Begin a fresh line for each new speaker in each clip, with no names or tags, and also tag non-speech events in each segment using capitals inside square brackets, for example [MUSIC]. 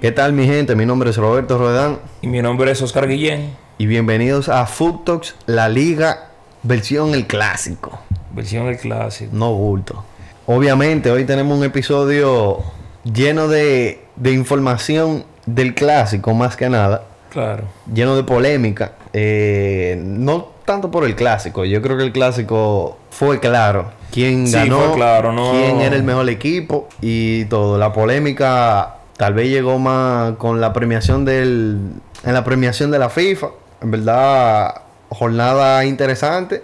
¿Qué tal mi gente? Mi nombre es Roberto Roedán
Y mi nombre es Oscar Guillén,
y bienvenidos a Food Talks, la liga versión el clásico,
versión del clásico.
no bulto. Obviamente hoy tenemos un episodio lleno de, de información del clásico más que nada,
Claro.
lleno de polémica, Eh, no tanto por el clásico, yo creo que el clásico fue claro. Quién
Sí,
ganó,
fue claro, no-
quién era el mejor equipo y todo. La polémica tal vez llegó más con la premiación del en la premiación de la FIFA, en verdad jornada interesante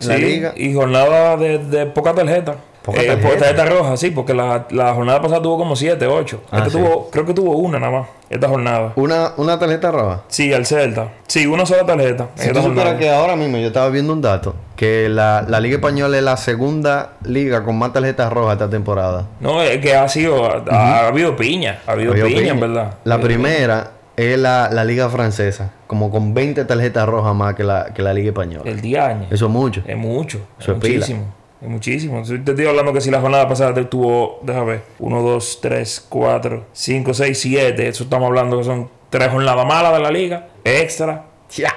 en la
Sí,
liga.
Y jornada de, de poca tarjeta.
Poca
Eh,
tarjeta.
por tarjeta roja, sí, porque la, la jornada pasada tuvo como 7, 8.
Ah, sí.
tuvo, creo que tuvo una nada más, esta jornada.
Una, una tarjeta roja.
Sí, al Celta. Sí, una sola tarjeta. en
Si
esta
tú supieras
jornada.
que ahora mismo yo estaba viendo un dato, que la, la Liga Española es la segunda liga con más tarjetas rojas esta temporada.
No, es que ha sido, ha, ha habido piña, ha habido
Había
piña, en
piña.
verdad.
La
Eh,
primera es la, la liga francesa, como con 20 tarjetas rojas más que la, que la liga española.
El diaño.
Eso es mucho.
Es mucho. Es
Eso es pila.
muchísimo. Es muchísimo. Si Te estoy hablando que si la jornada pasada te tuvo, déjame ver, 1, 2, 3, 4, 5, 6, 7. Eso estamos hablando que son tres jornadas malas de la liga. Extra.
Ya.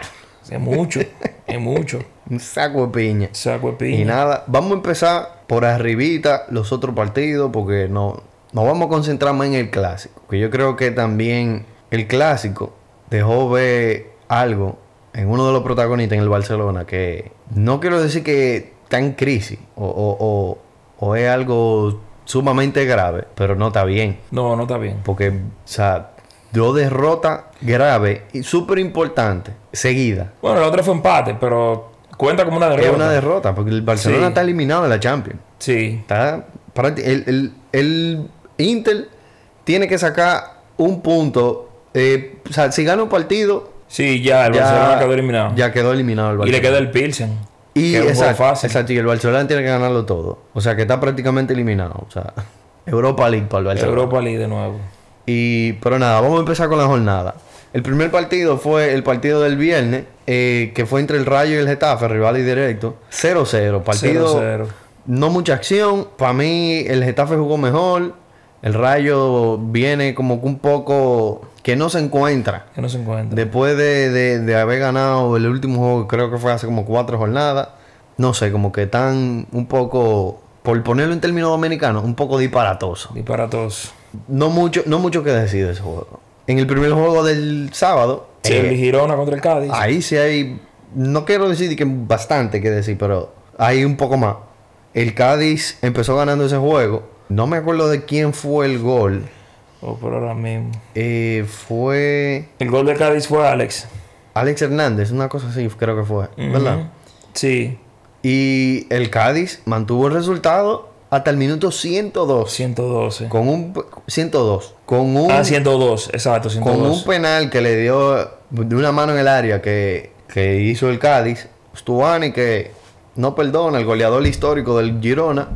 [LAUGHS]
Es mucho. es mucho.
Un saco de piña.
Saco de
Y
piña.
nada, vamos a empezar por arribita los otros partidos porque no nos vamos a concentrar más en el clásico. Que yo creo que también el clásico dejó ver algo en uno de los protagonistas en el Barcelona que no quiero decir que está en crisis o, o- o- o es algo sumamente grave, pero no está bien.
No, no está bien.
Porque, o sea, dos derrotas graves y súper importantes seguidas.
Bueno, la otra fue empate, pero cuenta como una derrota.
Es una derrota porque el Barcelona
Sí.
está eliminado de la Champions.
Sí.
Está prácti- el, el- el Inter tiene que sacar un punto. eh, o sea, si gana un partido,
Sí, ya, el
ya,
Barcelona quedó eliminado.
ya quedó eliminado el
y le
Barcelona.
queda el Pilsen.
Y
que es un juego
exacto,
fácil.
exacto, y el Barcelona tiene que ganarlo todo. O sea, que está prácticamente eliminado. O sea, [LAUGHS] Europa League para el Barcelona.
Europa League de nuevo.
Y, pero nada, vamos a empezar con la jornada. El primer partido fue el partido del viernes, eh, que fue entre el Rayo y el Getafe, rival y directo. 0-0, partido
0-0.
no mucha acción. Para mí, el Getafe jugó mejor. El Rayo viene como que un poco que no se encuentra.
Que no se encuentra.
Después de, de- de haber ganado el último juego, creo que fue hace como cuatro jornadas. No sé, como que están un poco, por ponerlo en términos dominicanos, un poco disparatoso.
Disparatosos.
No mucho, no mucho que decir de ese juego. En el primer juego del sábado,
Sí,
eh,
el Girona contra el Cádiz.
ahí sí hay, no quiero decir que bastante que decir, pero hay un poco más. El Cádiz empezó ganando ese juego. No me acuerdo de quién fue el gol.
Oh, por ahora mismo.
Eh, fue
El gol del Cádiz fue Alex.
Alex Hernández, una cosa así creo que fue, Mm. ¿verdad?
Ujú. Sí,
Y el Cádiz mantuvo el resultado hasta el minuto 102.
112.
Con un 102. Con un
Ah, 102, exacto,
Con
102.
un penal que le dio de una mano en el área que, que hizo el Cádiz, Stuani, que no perdona, el goleador histórico del Girona,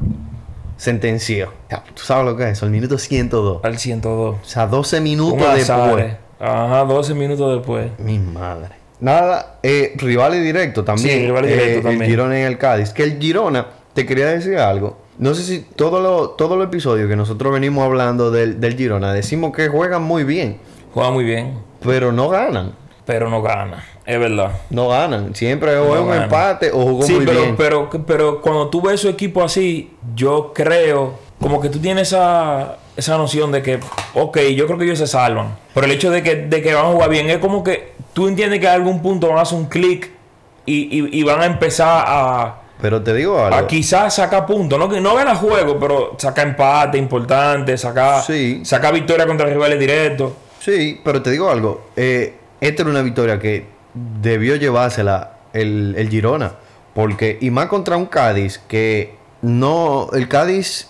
sentenció. Ya, Tú sabes lo que es eso, el minuto 102.
Al 102.
O sea, 12
Un
minutos después.
azar. eh. Ajá, 12 minutos después.
Mi madre. Nada, eh, rivales directos también.
Sí, rivales
eh,
directos
El
también.
Girona y el Cádiz. Que el Girona, te quería decir algo. No sé si todo lo, todo lo episodio que nosotros venimos hablando del, del Girona, decimos que juegan muy bien,
Juega muy bien,
pero no ganan.
pero no gana. Es verdad.
No ganan. Siempre o es un
ganan.
empate o jugó
sí,
muy
pero,
bien.
pero pero cuando tú ves su equipo así, yo creo como que tú tienes esa, esa noción de que, ok, yo creo que ellos se salvan. Pero el hecho de que, de que van a jugar bien es como que tú entiendes que a algún punto van a hacer un clic y, y- y van a empezar a,
Pero te digo algo.
a Ah, quizás sacar puntos. No, que- no gana juego, pero saca empate importante, saca,
Sí.
saca victoria contra rivales directos.
Sí, pero te digo algo. Eh, esta era una victoria que debió llevársela el, el Girona. Porque, y más contra un Cádiz que no. El Cádiz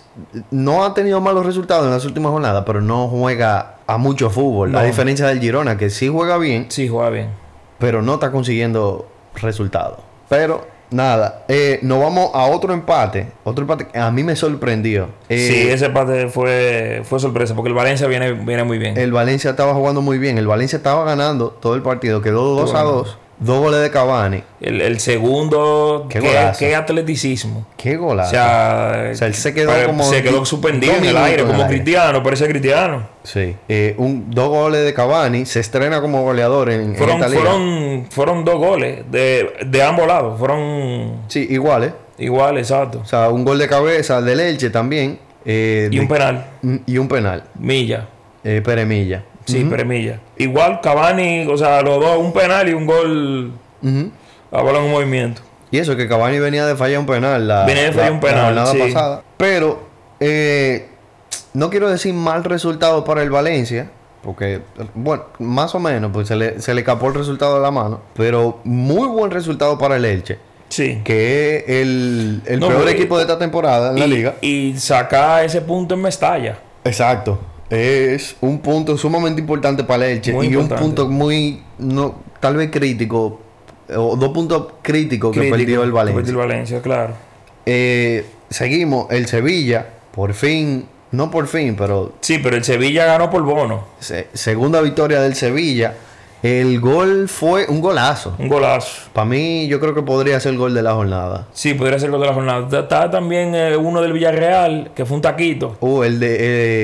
no ha tenido malos resultados en las últimas jornadas, pero no juega a mucho fútbol. A
No.
diferencia del Girona, que sí juega bien,
Sí, juega bien.
pero no está consiguiendo resultados. Pero nada, eh, nos vamos a otro empate. Otro empate que a mí me sorprendió. Eh,
sí, ese empate fue, fue sorpresa, porque el Valencia viene, viene muy bien.
El Valencia estaba jugando muy bien. El Valencia estaba ganando todo el partido. Quedó 2 a 2. Dos goles de Cavani.
El, el segundo,
Qué
qué-
golazo.
qué atleticismo.
Qué
O
golazo.
sea,
O sea, él se quedó
pero
como
se quedó
di-
suspendido
dos
en el
minutos
aire,
en el
como
aire.
cristiano, parece cristiano.
sí. Eh, un, dos goles de Cavani. Se estrena como goleador en, en
Fueron,
esta liga.
fueron, fueron dos goles de, de ambos lados, fueron
Sí, iguales.
iguales, exacto.
O sea, un gol de cabeza del Elche también. eh,
Y un
de-
penal,
y un penal.
Milla.
Eh, Peremilla.
Sí, pero Milla. Igual Cavani, o sea, los dos, un penal y un gol
Ujú.
a balón en movimiento.
Y eso, que Cavani venía de fallar un penal. La,
Venía de fallar
la-
un penal,
La jornada
sí.
pasada. Pero, eh, no quiero decir mal resultado para el Valencia. Porque, bueno, más o menos, pues se le, se le escapó el resultado de la mano. Pero muy buen resultado para el Elche.
Sí.
Que es el, el
No,
peor
porque-
equipo de esta temporada en la
y,
liga.
Y sacar ese punto en Mestalla.
Exacto. Es un punto sumamente importante para el Elche.
Muy
y
importante.
un punto muy, no, tal vez crítico. O dos puntos críticos que
Crítico,
perdió el
que
Valencia.
perdió el Valencia, claro.
Eh, seguimos, el Sevilla, por fin, no por fin, pero
Sí, pero el Sevilla ganó por bono.
se- segunda victoria del Sevilla. El gol fue un golazo.
Un golazo.
Para mí, yo creo que podría ser el gol de la jornada.
Sí, podría ser gol de la jornada. Ta- Estaba también eh, uno del Villarreal, que fue un taquito.
Uh, el de,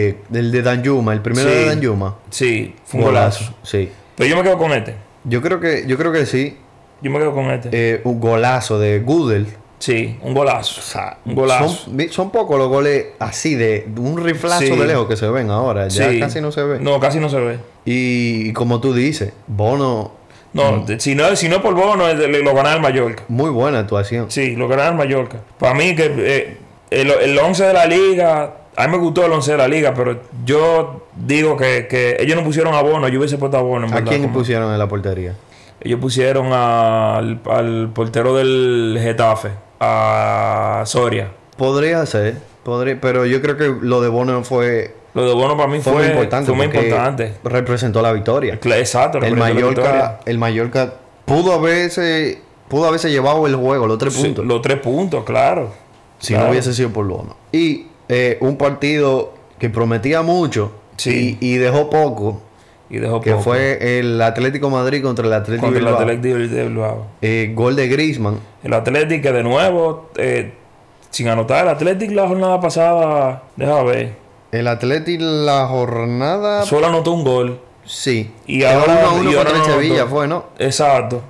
eh, el de Danjuma, el primero
Sí.
de Danjuma.
Sí, fue un golazo.
Sí.
Pero yo me quedo con este.
Yo creo que, yo creo que sí.
Yo me quedo con este.
Eh, un golazo de Goodell.
sí, un golazo.
O sea,
Un golazo.
Son, mi- son pocos los goles así de de un riflazo
Sí.
de lejos que se ven ahora. Ya
Sí.
casi no se ven.
No, casi no se ve.
Y, como tú dices, Bono,
No, de- si no, si no por bono, es de- le- lo gana el Mallorca.
muy buena actuación.
Sí, lo gana el Mallorca. Para mí, que eh, el, el 11 de la liga, a mí me gustó el 11 de la liga, pero yo digo que, que ellos no pusieron a bono, yo hubiese puesto a bono. en
¿A
verdad,
quién
como-
pusieron en la portería?
Ellos pusieron al, al portero del Getafe, a Soria.
Podría ser, podría, pero yo creo que lo de Bono fue,
Lo de Bono para mí
fue
fue,
muy importante.
fue muy
porque
importante.
Representó la victoria.
Cla- Exacto.
El
representó la victoria.
Mallorca, el Mallorca pudo haberse, pudo haberse llevado el juego, los tres
Sí,
puntos,
los tres puntos, claro.
si
Claro.
no hubiese sido por Bono. Y eh, un partido que prometía mucho
Sí.
y, y dejó poco,
Y dejó
que
poco
fue el Atlético Madrid contra el Atlético
contra el
Bilbao.
Atlético de Bilbao.
Eh, gol de Griezmann.
El Atlético que de nuevo, eh, sin anotar, el Atlético la jornada pasada, deja ver,
El Atlético la jornada
solo anotó un gol.
Sí.
Y
Quedó
ahora-
uno a uno
y ahora
contra el
no
Sevilla
anotó.
fue, ¿no?
Exacto.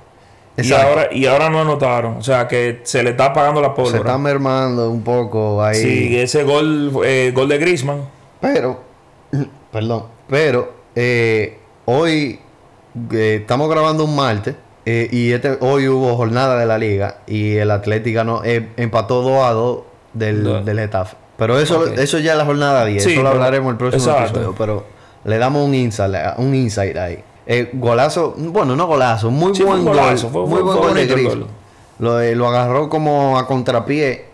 Y
Exacto.
ahora, y ahora no anotaron. O sea que se le está apagando la
Se
pólvora.
está mermando un poco ahí.
Sí, ese gol, eh, gol de Griezmann.
Pero, [CLEARS THROAT] perdón, pero eh, hoy eh, estamos grabando un martes eh, y este, hoy hubo jornada de la liga y el Atlético ganó, eh, empató 2 a 2 del,
Do-
del Getafe. Pero eso,
Ok.
eso ya es la jornada 10,
Sí,
eso lo
pero-
hablaremos el próximo
exacto.
episodio, pero le damos un insight, un insight ahí. Eh, golazo, bueno, no golazo, muy
Sí, fue
buen
un golazo,
gol,
fue-
muy
fue-
buen
fue
gol de
bonito el
Griezmann.
gol.
Lo, eh, lo agarró como a contrapié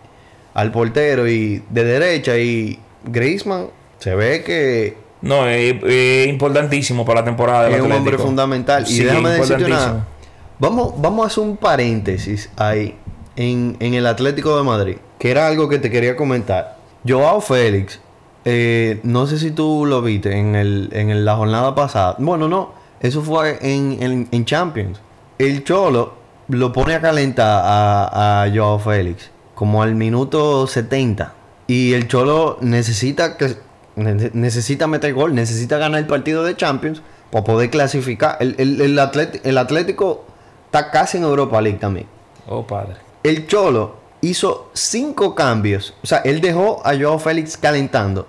al portero y de derecha y Griezmann se ve que
No, es importantísimo para la temporada del
es un
Atlético.
hombre fundamental.
Sí,
y déjame decirte
importantísimo.
una... Vamos, vamos a hacer un paréntesis ahí en, en el Atlético de Madrid, que era algo que te quería comentar. Joao Félix, eh, no sé si tú lo viste en, el, en el- la jornada pasada. Bueno, no, eso fue en, en- en Champions. El Cholo lo pone a calentar a, a Joao Félix, como al minuto 70. Y el Cholo necesita que Ne- Necesita meter gol, necesita ganar el partido de Champions para poder clasificar. El, el- el Atlet- el Atlético está casi en Europa League también.
Oh, padre.
El Cholo hizo cinco cambios. O sea, él dejó a Joao Félix calentando.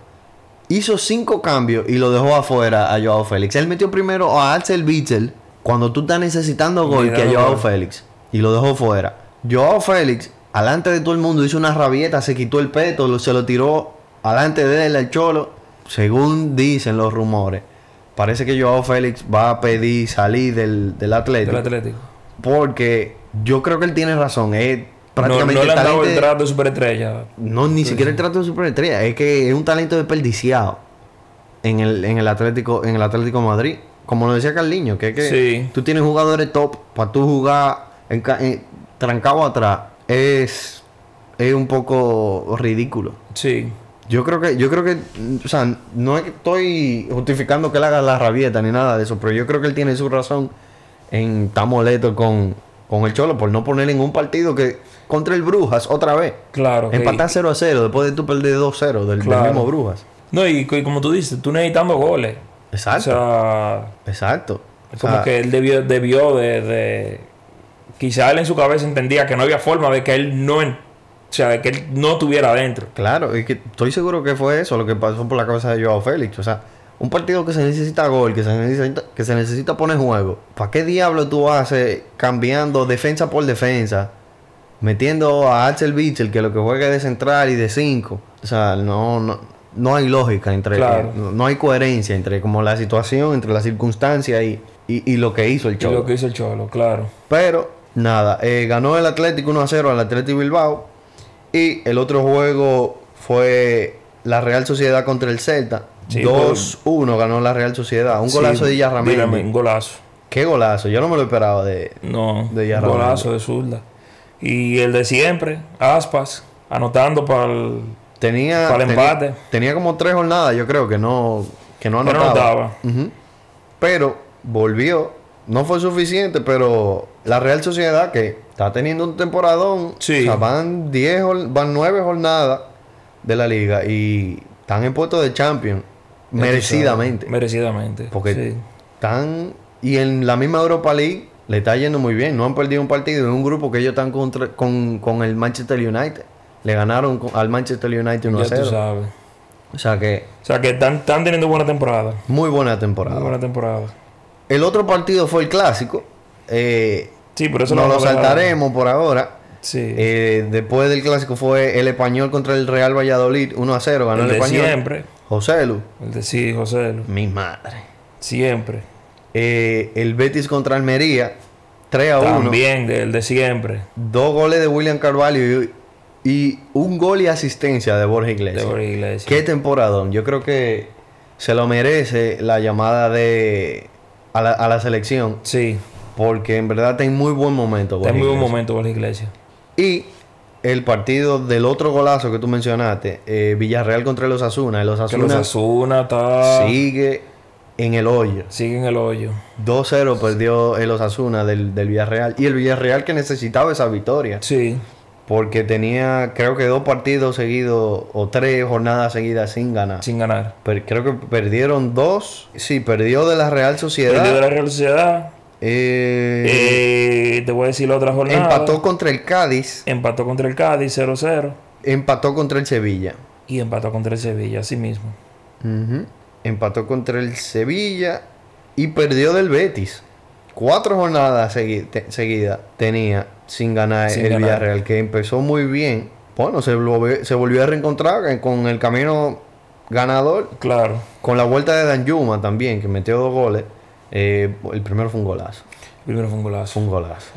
Hizo cinco cambios y lo dejó afuera a Joao Félix. Él metió primero a Axel Witzel cuando tú estás necesitando gol
Mira,
que a
no,
Joao
no.
Félix. Y lo dejó fuera. Joao Félix, alante de todo el mundo, hizo una rabieta, se quitó el peto, lo- se lo tiró alante de él al Cholo. Según dicen los rumores, parece que Joao Félix va a pedir salir del, del
Del
Atlético.
Atlético.
Porque yo creo que él tiene razón. Es
No,
prácticamente
no le han dado el
talento-
trato de superestrella.
No, ni siquiera el trato de superestrella. Es que es un talento desperdiciado en el, en el Atlético, en el Atlético de Madrid. Como lo decía Carliño, que es que
Sí.
tú tienes jugadores top para tú jugar en ca- en- trancado atrás. Es, es un poco ridículo.
Sí.
Yo creo que, yo creo que, mm, o sea, no es que estoy justificando que él haga la rabieta ni nada de eso, pero yo creo que él tiene su razón en tan molesto con, con el Cholo por no poner en un partido que contra el Brujas otra vez.
Claro. que-
Empatar 0 a 0 después de tú perder 2 0 del, del
Claro.
mismo Brujas.
No, y, co- y como tú dices, tú necesitando goles. O
Exacto.
sea,
exacto. O
como
sea,
que él debió, debió de, de- Quizá él en su cabeza entendía que no había forma de que él no... en- O sea, de que él no tuviera adentro.
Claro, es que estoy seguro que fue eso lo que pasó por la cabeza de Joao Félix. O sea, un partido que se necesita gol, que se necesita, que se necesita poner juego. ¿Para qué diablo tú haces cambiando defensa por defensa? Metiendo a Axel Witsel, que lo que juega es de central y de 5. O sea, no, no, no hay lógica entre...
Claro.
No, no hay coherencia entre como la situación, entre la circunstancia y, y, y lo que hizo el
Y lo
Cholo.
que hizo el Cholo, claro.
Pero nada, eh, ganó el Atlético 1 a 0 al Atlético Bilbao. Y el otro juego fue la Real Sociedad contra el Celta.
Sí,
2-1 ganó la Real Sociedad. Un
Sí,
golazo de
dígame,
Yarramendi.
Un golazo.
Qué golazo, yo no me lo esperaba de.
No,
De
un
Yarra
golazo de zurda. Y el de siempre, Aspas, anotando para el...
Tenía,
Para el
tenía-
empate.
tenía como tres jornadas, yo creo que no, que no
que no
anotaba.
anotaba.
Ujú. Pero volvió. No fue suficiente, pero la Real Sociedad, que está teniendo un temporadón,
Sí.
o sea, van 10, jor- van 9 jornadas de la liga y están en puestos de Champions, merecidamente.
Merecidamente.
Porque
sí.
están. Y en la misma Europa League le está yendo muy bien. No han perdido un partido en un grupo que ellos están contra, con, con el Manchester United. Le ganaron con- al Manchester United 1
ya
a 0.
tú sabes.
O sea que,
O sea que están, están teniendo buena temporada.
muy buena temporada.
Muy buena temporada.
El otro partido fue el clásico. Eh,
Sí, por eso
no lo
vamos a ver ahora.
saltaremos por ahora.
Sí.
Eh, después del clásico fue el español contra el Real Valladolid 1 a 0. Ganó
el
el,
de
español.
siempre.
José Lu.
El de sí, José. Lu.
Mi madre.
Siempre.
Eh, el Betis contra Almería 3 a 1.
También de- el de siempre.
Dos goles de William Carvalho y, y un gol y asistencia de Borja
De
Iglesias.
Borja Iglesias.
Qué temporadón. Yo creo que se lo merece la llamada de a la, a la selección.
Sí.
Porque en verdad está en muy buen momento.
Está
Borja
en muy buen
Iglesias.
momento Borja Iglesias.
Y el partido del otro golazo que tú mencionaste, eh, Villarreal contra los Asuna. Los
Que los
Asuna
Asuna está...
sigue en el hoyo.
Sigue en el hoyo.
2-0 perdió el Osasuna del, del Villarreal. Y el Villarreal que necesitaba esa victoria.
Sí.
Porque tenía, creo que dos partidos seguidos o tres jornadas seguidas sin ganar.
Sin ganar.
Per- creo que perdieron dos. Sí, perdió de la Real Sociedad.
Perdió de la Real Sociedad.
Eh,
Eh, te voy a decir la otra jornada.
empató contra el Cádiz.
Empató contra el Cádiz 0-0.
Empató contra el Sevilla.
Y empató contra el Sevilla, así mismo.
Ujú. Empató contra el Sevilla y perdió del Betis. Cuatro jornadas segui- te- seguidas tenía sin ganar
Sin
el
ganar.
Villarreal, que empezó muy bien. Bueno, se volvió, se volvió a reencontrar en- con el camino ganador,
Claro.
con la vuelta de Danjuma también, que metió dos goles. Eh, el primero fue un golazo.
El primero fue un golazo.
Fue un golazo.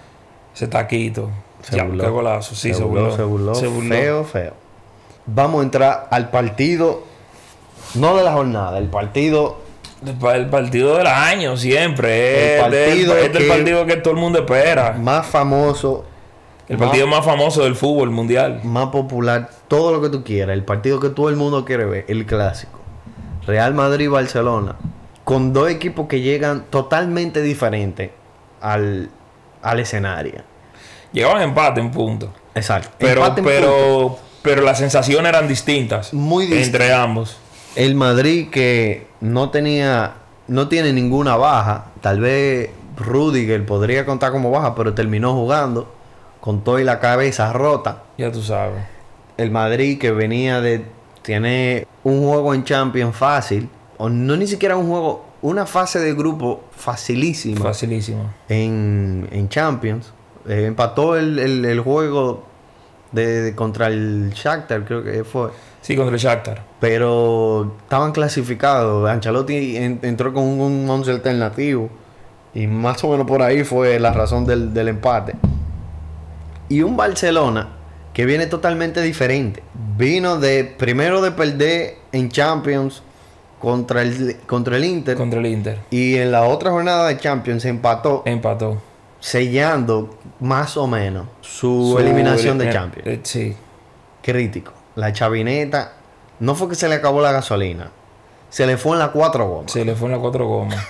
Se taquito.
Se
ya,
burló.
qué golazo. Sí, se, burló.
Se burló. Feo, feo. Vamos a entrar al partido, no de la jornada, el partido
El, pa- el partido del año
El
siempre. Es
partido
del, es del
que-
partido que todo el mundo espera.
más famoso
El partido más famoso del fútbol mundial.
más popular, todo lo que tú quieras, el partido que todo el mundo quiere ver, el clásico. Real Madrid Barcelona, con dos equipos que llegan totalmente diferentes al, al escenario.
Llegaban empate en punto.
Exacto.
Pero,
Empate en punto.
pero, pero las sensaciones eran distintas.
Muy distintas.
Entre ambos.
el Madrid que no tenía no tiene ninguna baja, tal vez Rudiger podría contar como baja, pero terminó jugando con todo y la cabeza rota.
Ya tú sabes.
el Madrid que venía de tiene un juego en Champions fácil o no ni siquiera un juego una fase de grupo facilísima
Facilísimo.
en, en Champions Eh, empató el, el- el juego de, de- contra el Shakhtar creo que fue
Sí, contra el Shakhtar.
pero estaban clasificados Ancelotti en- entró con un, un once alternativo y más o menos por ahí fue la razón del, del empate y un Barcelona que viene totalmente diferente. Vino de primero de perder en Champions contra el, contra el Inter
Contra el Inter.
y en la otra jornada de Champions se empató
Eh. Empató.
sellando más o menos su,
Su
eliminación de
elim-
Champions.
eh, sí.
Crítico. La chavineta no fue que se le acabó la gasolina. Se le fue en las cuatro bombas.
Se le fueron las cuatro gomas.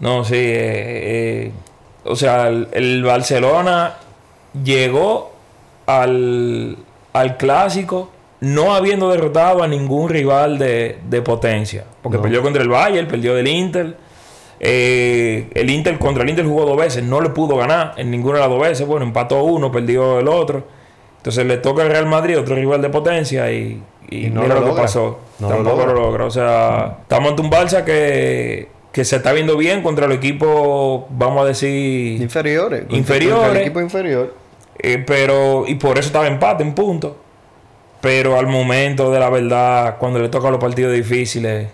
No, sí. eh, eh, O sea, el, el Barcelona llegó al, al clásico no habiendo derrotado a ningún rival de, de potencia. Porque
No.
perdió contra el Bayern, perdió del Inter. Eh, el Inter contra el Inter jugó dos veces, no le pudo ganar en ninguna de las dos veces. Bueno, empató uno, perdió el otro. Entonces le toca al Real Madrid, otro rival de potencia, y, y
Y no
mira
lo
lo, que
logra.
pasó.
No lo
Tampoco
logra.
lo logra. O sea, estamos ante un Barça que, que se está viendo bien contra el equipo, vamos a decir,
Inferiores. contra-
Inferiores.
contra El equipo inferior.
eh, pero y por eso estaba empate en punto. Pero al momento de la verdad, cuando le toca los partidos difíciles,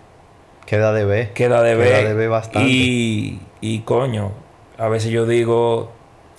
Queda de B.
queda de ver.
Queda de ver bastante.
Y, y coño, a veces yo digo,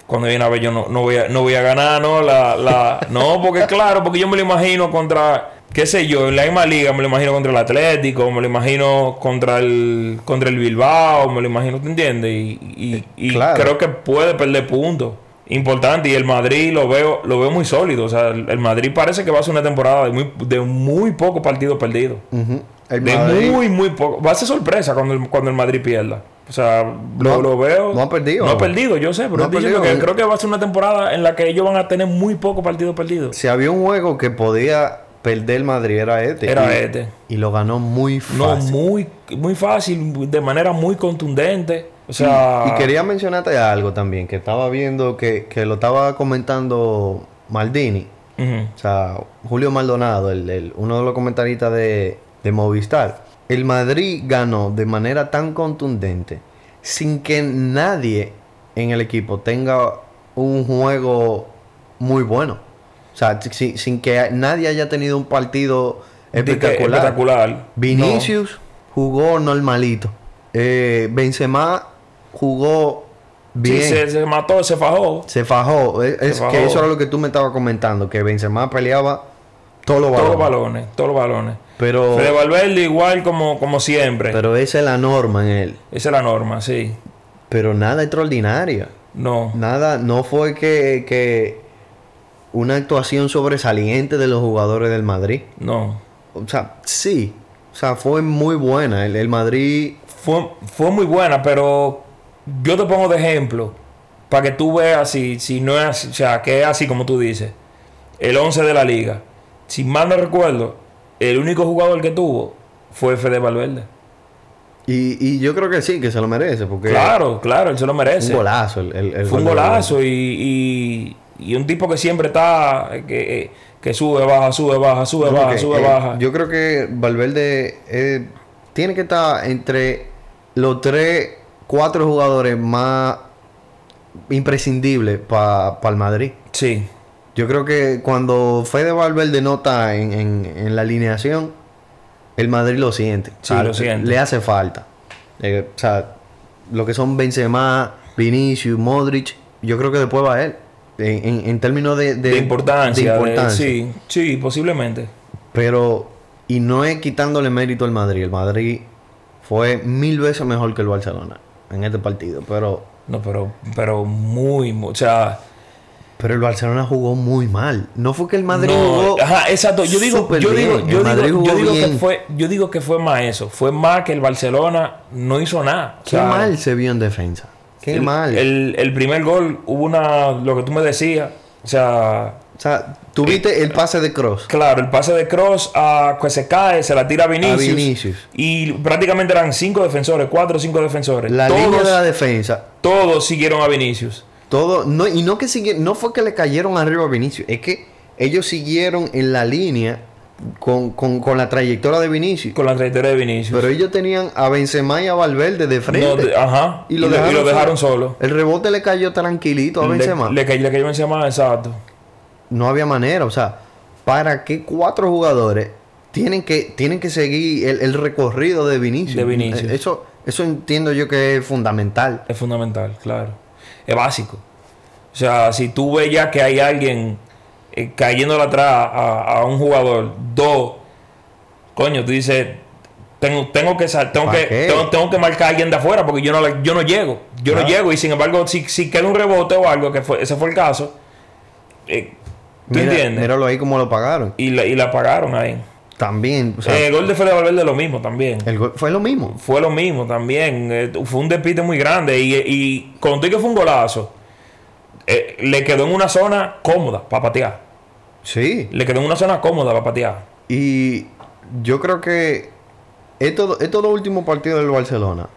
cuando viene a ver, yo no, no, voy, a, no voy a ganar, ¿no? La, la, no, porque claro, porque yo me lo imagino contra, qué sé yo, en la misma liga, me lo imagino contra el Atlético, me lo imagino contra el, contra el Bilbao, me lo imagino, ¿te entiendes? Y, y, y
Eh, Claro.
creo que puede perder puntos. Importante, y el Madrid lo veo, lo veo muy sólido. O sea, el el Madrid parece que va a ser una temporada de muy, de muy pocos partidos perdidos.
Ujú. El
De
Madrid
muy, muy poco. Va a ser sorpresa cuando el, cuando el Madrid pierda. O sea, lo,
No,
lo veo.
no ha perdido.
No ha perdido, yo sé, pero
No ha
estoy diciendo
perdido.
que creo que va a ser una temporada en la que ellos van a tener muy pocos partidos perdidos.
Si había un juego que podía perder el Madrid era este.
Era
y,
este.
Y lo ganó muy
No,
fácil.
muy, muy fácil, de manera muy contundente. O sea.
Y quería mencionarte algo también, que estaba viendo que, que lo estaba comentando Maldini.
Ujú.
O sea, Julio Maldonado, el, el- uno de los comentaristas de, de Movistar. El Madrid ganó de manera tan contundente, sin que nadie en el equipo tenga un juego muy bueno. O sea, si- si- sin que nadie haya tenido un partido
Di que
espectacular.
espectacular.
Vinicius jugó normalito. Eh, Benzema jugó
No. Sí,
bien.
se, se mató, se fajó.
Se fajó. Es, es
fajó.
que eso era lo que tú me estabas comentando, que Benzema peleaba todos los
Todos los
balones.
balones, todos los balones.
Pero,
Fede Valverde igual como, como siempre.
pero esa es la norma en él.
Esa es la norma, sí.
Pero nada extraordinario.
No.
Nada, no fue que, que una actuación sobresaliente de los jugadores del Madrid.
No.
O sea, sí. O sea, fue muy buena. El, el Madrid
fue, fue muy buena, pero yo te pongo de ejemplo para que tú veas si, si no es así, o sea, que es así como tú dices. El 11 de la liga. Si mal no recuerdo, el único jugador que tuvo fue Fede Valverde.
Y, y yo creo que sí, que se lo merece, porque
Claro, claro, él se lo
fue
merece.
un golazo. El, el- el
fue un
gol de
golazo y, y- y un tipo que siempre está, que, que sube, baja, sube, baja, sube,
Valverde.
baja,
Porque,
sube,
eh,
baja.
Yo creo que Valverde eh, tiene que estar entre los tres, cuatro jugadores más imprescindibles para el Madrid.
Sí,
Yo creo que cuando Fede Valverde no está en, en- en la alineación, el Madrid lo siente.
Sí, lo siente.
Le hace falta. Eh, o sea, lo que son Benzema, Vinicius, Modric, yo creo que después va él. En, en- en términos de, de-
de, importancia.
de
de-
importancia.
sí, sí, posiblemente.
Pero, y no es quitándole mérito al Madrid. El Madrid fue mil veces mejor que el Barcelona en este partido. Pero,
No, pero, pero muy, muy, o sea,
pero el Barcelona jugó muy mal. No fue que el Madrid
No,
jugó.
ajá, exacto. Yo digo,
súper
yo
bien.
digo,
El
yo
Madrid
digo, yo
jugó
digo que
bien.
fue, yo digo que fue más eso. Fue más que el Barcelona no hizo nada. O
Qué
sea,
mal se vio en defensa. Qué
el-
mal.
El, el primer gol hubo una, lo que tú me decías, o sea,
o sea, tuviste el pase de cross.
claro, el pase de cross a que se cae, se la tira a Vinicius.
Vinicius.
Y prácticamente eran cinco defensores, cuatro o cinco defensores.
La línea
todos,
de la defensa.
todos siguieron a Vinicius.
Todo, no, y no que sigui- no fue que le cayeron arriba a Vinicius, es que ellos siguieron en la línea con, con- con la trayectoria de Vinicius.
Con la trayectoria de Vinicius.
Pero ellos tenían a Benzema y a Valverde de frente.
No, de- ajá.
Y lo dejaron
solo.
El rebote le cayó tranquilito a
Le,
Benzema.
le cayó- le cayó Benzema, exacto.
No había manera, o sea, ¿para qué cuatro jugadores tienen que, tienen que seguir el, el recorrido de Vinicius?
De Vinicius.
Eh, Eso, eso entiendo yo que es fundamental.
Es fundamental, claro. Es básico. O sea, si tú ves ya que hay alguien eh, cayéndole atrás a, a un jugador, dos, coño, tú dices, tengo, tengo que sal- tengo
¿Pa'
que,
qué?
tengo, tengo que marcar a alguien de afuera porque yo no, la- yo no llego. Yo no
Claro.
llego. Y sin embargo, si, si queda un rebote o algo, que fue, ese fue el caso, eh, ¿tú
Mira-
entiendes?
Míralo ahí como lo pagaron.
Y, la, y la pagaron ahí.
También, o sea,
Eh, el gol de Fede Valverde lo mismo también.
el gol fue lo mismo.
Fue lo mismo también. Eh, fue un despite muy grande. Y, y cuando te digo que fue un golazo, eh, le quedó en una zona cómoda para patear.
Sí.
Le quedó en una zona cómoda para patear.
Y yo creo que estos, estos dos últimos partidos del Barcelona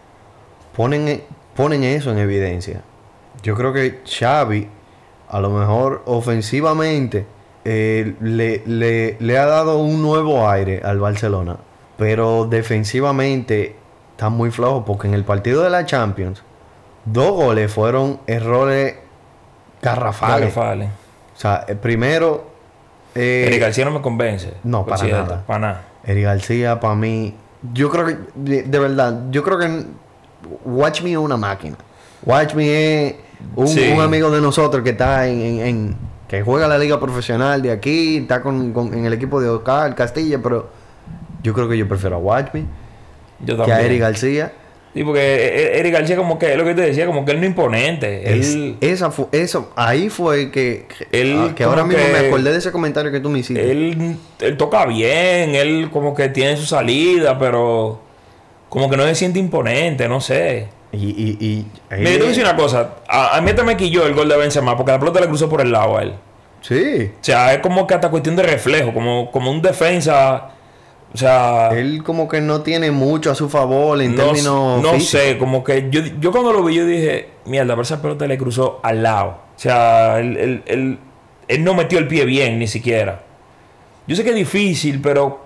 ponen, ponen eso en evidencia. Yo creo que Xavi, a lo mejor ofensivamente, eh, le, le- le ha dado un nuevo aire al Barcelona. Pero defensivamente está muy flojo porque en el partido de la Champions, dos goles fueron errores garrafales.
Fale.
O sea, el primero... eh,
Eric García no me convence.
no, para
Considero,
nada.
Para nada.
Eric García, para mí, yo creo que, de, de verdad, yo creo que Watch Me es una máquina. Watch Me es un,
Sí.
un amigo de nosotros que está en, en- en- que juega la liga profesional de aquí, está con, con- en el equipo de Ocal, Castilla, pero yo creo que yo prefiero a Watch Me
Yo
que
también.
a Eric García.
Sí, porque eh, eh, Eric García como que, es lo que te decía, como que él no es imponente.
Es-
Él,
esa fue, eso, ahí fue que, que,
Él
ah, que
como
ahora mismo
que-
me acordé de ese comentario que tú me hiciste.
él, él toca bien, él como que tiene su salida, pero como que no se siente imponente, no sé.
y, y, y-
Mira, yo te voy a decir
eh,
una cosa. A, a mí hasta me quilló el gol de Benzema porque la pelota le cruzó por el lado a él.
sí,
O sea, es como que hasta cuestión de reflejo, como, como un defensa. O sea,
él como que no tiene mucho a su favor en
no,
términos
no
físicos.
sé, como que yo, yo cuando lo vi yo dije, mierda, pero esa pelota le cruzó al lado. O sea, él, él- él- él no metió el pie bien ni siquiera. Yo sé que es difícil, pero...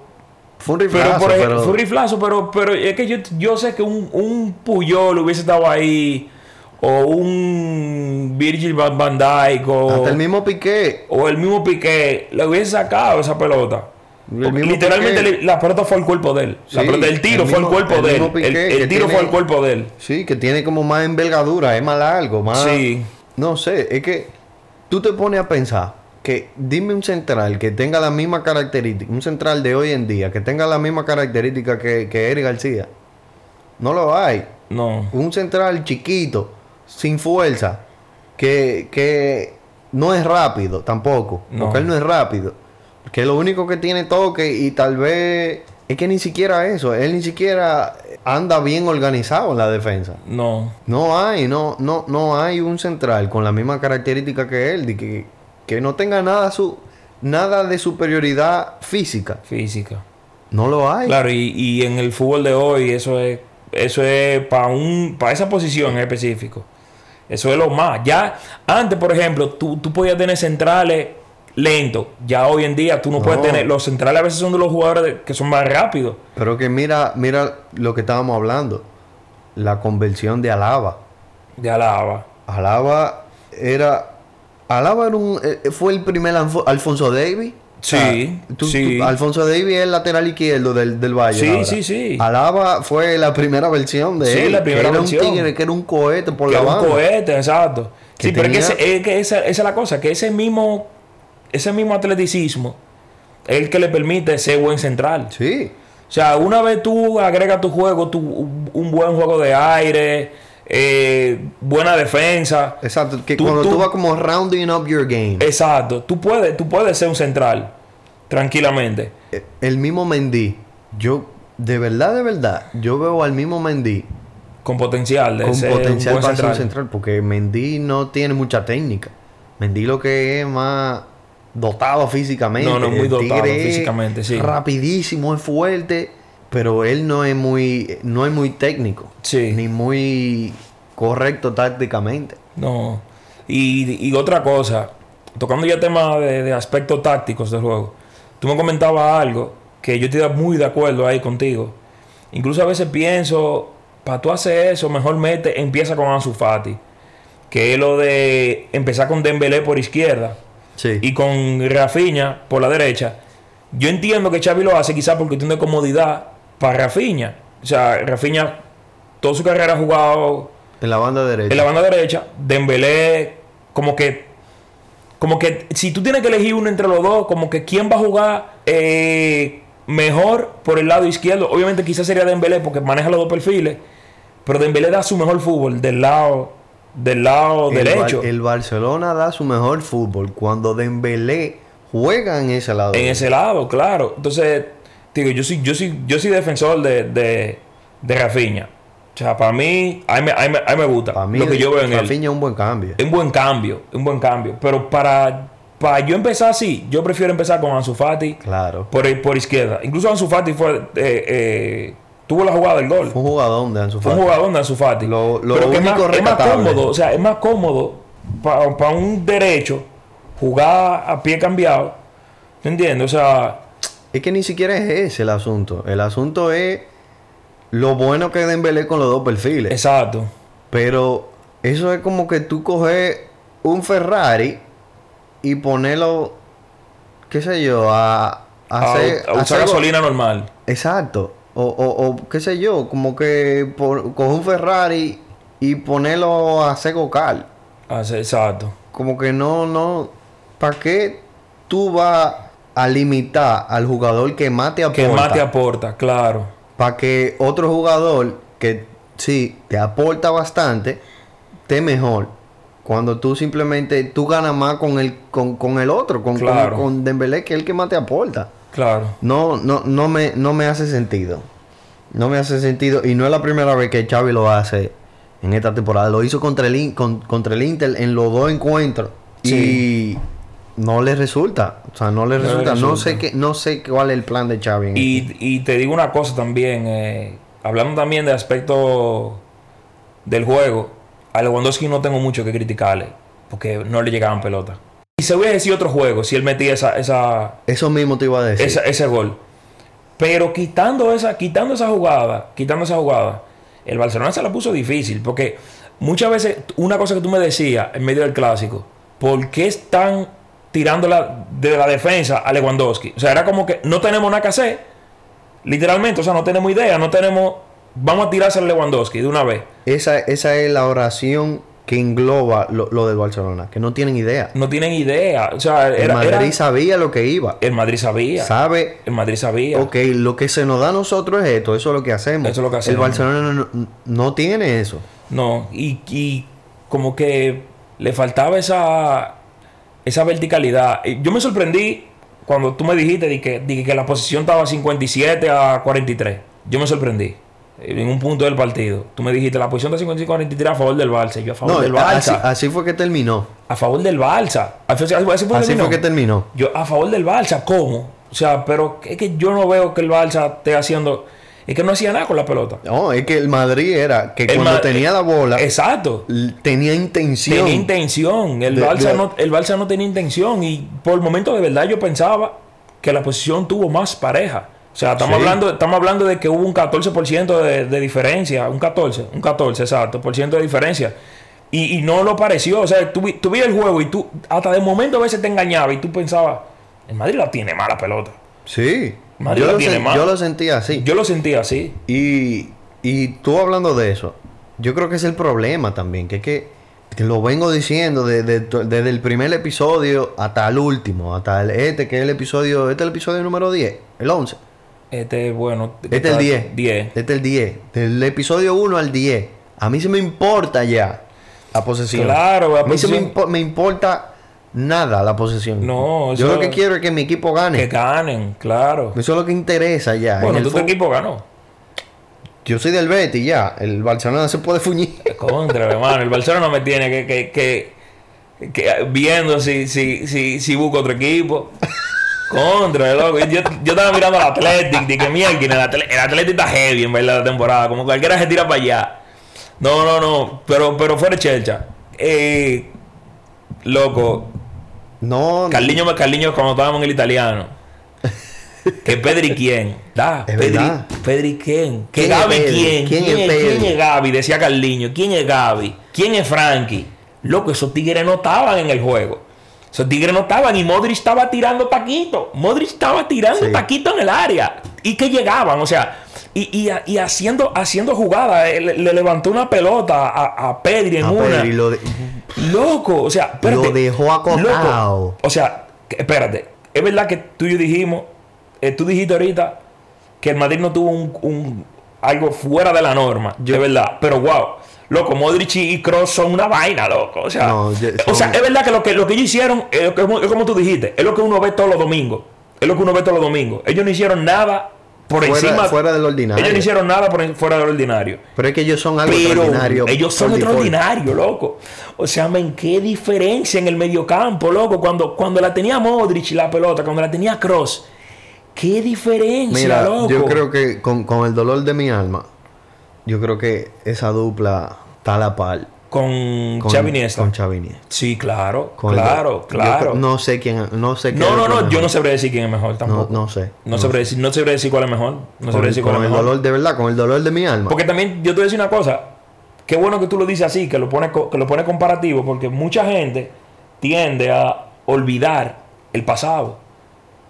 Fue un
Pero,
riflazo,
por
pero,
ejemplo, fue un riflazo, pero, pero es que yo, yo sé que un, un Puyol hubiese estado ahí, o un Virgil van, van Dijk, o
hasta el mismo Piqué.
o el mismo Piqué le hubiese sacado esa pelota.
El mismo
Literalmente
Piqué.
le- la pelota fue al cuerpo de él. La
Sí,
pelota- el tiro
el
fue al
mismo-
cuerpo
el
de él.
mismo Piqué
el el
que
tiro
tiene-
fue al cuerpo de él.
Sí, que tiene como más envergadura, es más largo, más...
Sí.
No sé, es que tú te pones a pensar que dime un central que tenga la misma característica, un central de hoy en día, que tenga la misma característica que, que Eric García. No lo hay.
No.
Un central chiquito, sin fuerza, que, que no es rápido tampoco,
No.
porque él no es rápido. Que lo único que tiene toque y tal vez es que ni siquiera eso, él ni siquiera anda bien organizado en la defensa.
No.
No hay, no, no, no hay un central con la misma característica que él, de que, que no tenga nada su nada de superioridad física.
Física.
No lo hay.
Claro, y, y en el fútbol de hoy eso es eso es para un para esa posición en específico. Eso es lo más. Ya antes, por ejemplo, tú, tú podías tener centrales lentos. Ya hoy en día tú no,
No.
puedes tener los centrales a veces son de los jugadores de- que son más rápidos.
Pero que mira, mira lo que estábamos hablando. La conversión de Alaba.
De Alaba.
Alaba era. Alaba era un, eh, fue el primer Alfo- Alfonso Davis.
Sí,
tú-
sí.
tú- Alfonso Davis es el lateral izquierdo del, del Valle.
Sí,
ahora.
sí, sí.
Alaba fue la primera versión de
Sí,
él.
la
que
primera
era
versión.
un tigre, que era un cohete por
Que
la
era un
banda.
cohete, exacto.
Que
sí, pero es que,
tenía-
ese- es que esa, esa es la cosa, que ese mismo, ese mismo atleticismo es el que le permite ser buen central.
Sí.
O sea, una vez tú agregas tu juego, tu, un un buen juego de aire, eh, buena defensa.
Exacto. Que
Tú-
cuando tú,
tú-
vas como rounding up your game.
Exacto. Tú puedes, tú puedes ser un central, tranquilamente.
Eh, El mismo Mendy. Yo, de verdad, de verdad, yo veo al mismo Mendy
Con potencial de
con
ser
potencial
un buen
para ser un
central.
central, porque Mendy no tiene mucha técnica. Mendy lo que es más dotado físicamente.
No, no, muy
El
dotado
tigre es
físicamente, sí.
Rapidísimo, es fuerte, pero él no es muy, no es muy técnico,
Sí.
ni muy correcto tácticamente.
No. Y, y otra cosa, tocando ya temas de, de aspectos tácticos del juego, tú me comentabas algo que yo estoy muy de acuerdo ahí contigo. Incluso a veces pienso, para tú hacer eso, mejor mete, empieza con Ansu Fati, que es lo de empezar con Dembélé por izquierda
Sí.
y con Rafinha por la derecha. Yo entiendo que Xavi lo hace quizás porque tiene comodidad para Rafinha. O sea, Rafinha toda su carrera ha jugado
en la banda derecha.
en la banda derecha, Dembélé, como que, como que si tú tienes que elegir uno entre los dos, como que quién va a jugar eh, mejor por el lado izquierdo. Obviamente quizás sería Dembélé porque maneja los dos perfiles, pero Dembélé da su mejor fútbol del lado, del lado
El Bar-
derecho,
El Barcelona da su mejor fútbol cuando Dembélé juega en ese lado.
en ese lado, claro. Entonces digo, yo soy, yo soy, yo soy defensor de, de, de Rafinha. O sea, para mí, a mí, me- a mí me- a mí me gusta
Para mí,
lo que yo veo en él.
Rafinha es un buen cambio.
Un buen cambio, un buen cambio. Pero para, para yo empezar así, yo prefiero empezar con Ansu Fati
Claro.
por, por izquierda. Incluso Ansu Fati fue, eh, eh, tuvo la jugada del gol.
Fue un jugador de Ansu
Fue un
Fati.
jugador de Ansu Fati.
Lo- lo
Pero que es,
único
más, es más
rescatable.
cómodo, o sea, es más cómodo para un derecho jugar a pie cambiado. ¿Te entiendes? O sea,
Es que ni siquiera es ese el asunto. El asunto es lo bueno que Dembélé con los dos perfiles.
exacto.
Pero eso es como que tú coges un Ferrari y ponerlo, qué sé yo, a, a
A,
hacer-
a
a
usar
hacer go-
gasolina normal.
Exacto. O, o- o qué sé yo, como que por, coger un Ferrari y ponerlo a hacer gocal.
Ah, sí, Exacto.
Como que no, no. ¿Para qué tú vas a limitar al jugador que más te
Que
aporta?
más te aporta, claro.
para que otro jugador que sí te aporta bastante esté mejor cuando tú simplemente tú ganas más con el con, con el otro con,
Claro.
con con Dembélé que es el que más te aporta
Claro.
no no no me no me hace sentido no me hace sentido y no es la primera vez que Xavi lo hace en esta temporada lo hizo contra el In- con- contra el Inter en los dos encuentros y no le resulta o sea no le
No le
resulta no sé
resulta.
qué no sé cuál es el plan de Xavi en este. esto.
Y, y te digo una cosa también, eh, hablando también del aspecto del juego, a Lewandowski no tengo mucho que criticarle, porque no le llegaban pelotas. Y se hubiese sido otro juego si él metía esa, esa,
eso mismo te iba a decir
esa- ese gol. Pero quitando esa, quitando esa jugada, quitando esa jugada, el Barcelona se la puso difícil. Porque muchas veces, una cosa que tú me decías en medio del clásico, ¿por qué están tirándola de la defensa a Lewandowski? O sea, era como que no tenemos nada que hacer, literalmente, o sea, no tenemos idea, no tenemos. Vamos a tirarse a Lewandowski de una vez.
Esa, esa es la oración que engloba lo, lo del Barcelona, que no tienen idea.
No tienen idea. O sea,
El
era,
Madrid
era-
sabía lo que iba.
el Madrid sabía.
Sabe,
El Madrid sabía.
ok, lo que se nos da a nosotros es esto, eso es lo que hacemos.
Eso es lo que hacemos.
El Barcelona no, no- no tiene eso.
No, y, y como que le faltaba esa, esa verticalidad. Y Yo me sorprendí cuando tú me dijiste de que, de que la posición estaba 57 a 43. Yo me sorprendí. eh, En un punto del partido. Tú me dijiste la posición está 55 a 43 a favor del Barça. Y Yo a favor
No,
del
así,
Barça.
así fue que terminó.
A favor del Barça. Así, así fue que
Así
terminó.
fue que terminó.
Yo a favor del Barça, ¿cómo? O sea, pero es que yo no veo que el Barça esté haciendo... Es que no hacía nada con la pelota.
No, es que el Madrid era que
El
cuando
Ma-
tenía la bola,
Exacto.
l- tenía intención.
Tenía intención. El,
De-
Barça
de-
No, el Barça no tenía intención. Y por el momento, de verdad, yo pensaba que la posición tuvo más pareja. O sea, estamos,
Sí.
hablando, estamos hablando de que hubo un 14% de, de diferencia. Un 14, un 14, exacto, por ciento de diferencia. Y, y no lo pareció. O sea, tú, vi- tú veías el juego y tú, hasta de momento a veces te engañaba y tú pensabas, el Madrid la tiene mala pelota.
sí,
Madrid
yo
la
lo,
tiene
sen-
mal.
yo lo sentía así.
Yo lo sentía así.
Y, y tú hablando de eso, yo creo que es el problema también, que es que, que lo vengo diciendo de- de to- desde el primer episodio hasta el último, hasta el, este que es el episodio, este es el episodio número 10, el 11,
Este, bueno.
este es el 10,
10.
este es el 10, del episodio 1 al 10, a mí se me importa ya la posesión.
Claro, la
a mí se me,
posesión.
impo- me importa nada la posesión.
No,
yo
eso-
lo que quiero es que mi equipo
Que
gane,
ganen, claro.
eso es lo que interesa ya. en
Bueno,
el
tú tu
fútbol.
equipo ganó.
Yo soy del Betis ya, el Barcelona se puede fuñir.
Contra, hermano. El Barcelona me tiene que, que, que, que- viendo si, si, si, si busco otro equipo. Contra, loco. Yo, yo estaba mirando al Athletic. Dije, mierda, el, Atle- el Athletic está heavy en verdad la temporada. Como cualquiera se tira para allá. No, no, no. Pero, pero fuera de chelcha. Eh, loco.
No,
Carliño, Carliño, cuando estábamos en
[LAUGHS]
el italiano. Que Pedri quién? Da,
Es
Pedri,
verdad.
Pedri quién? Que
¿Quién
Gaby
es Pedri?
quién?
¿Quién es
¿Quién
Pedri?
es Gaby? Decía Carliño. ¿Quién es Gaby? ¿Quién es Frankie? Loco, esos tigres no estaban en el juego. Esos tigres no estaban y Modric estaba tirando taquito. Modric estaba tirando
Sí.
taquito en el área. Y que llegaban, o sea, y, y, y haciendo, haciendo jugada. eh, Le, le levantó una pelota a, a Pedri en
Ah,
una.
Pedri, lo de-
Loco, o sea, espérate.
Lo dejó acotado.
Loco, O sea, que- espérate, es verdad que tú y yo dijimos, eh, tú dijiste ahorita que el Madrid no tuvo un, un- algo fuera de la norma,
Yo-
es verdad, pero wow. Loco, Modric y Cross son una vaina, loco. O sea, eh,
No, yo-
o sea
son-
es verdad que lo que, lo que ellos hicieron, es, lo que- es como tú dijiste, es lo que uno ve todos los domingos. Es lo que uno ve todos los domingos. Ellos no hicieron nada por
Fuera-
encima.
fuera del ordinario.
Ellos no hicieron nada por en- fuera del ordinario.
Pero es que ellos son algo
Pero
extraordinario.
ellos son
por default.
extraordinarios, loco. O sea, men, qué diferencia en el mediocampo, loco. Cuando, cuando la tenía Modric la pelota, cuando la tenía Cross. Qué diferencia,
Mira,
loco.
yo creo que con, con el dolor de mi alma, yo creo que esa dupla está a la par.
Con,
Con
Xavi Iniesta.
Con Xavi Iniesta.
Sí, claro,
Con el
claro,
do- yo
claro.
creo-
No,
no sé quién. No sé
no,
qué
no,
es lo
yo no
mejor.
sabré decir quién es mejor
No,
tampoco.
no sé.
No sabré decir, no sabré decir cuál es mejor. No sabré
Con,
decir cuál
con
es
el
mejor.
dolor de verdad, con el dolor de mi alma.
Porque también yo te voy a decir una cosa. Qué bueno que tú lo dices así, que lo pones co- que lo pones comparativo, porque mucha gente tiende a olvidar el pasado.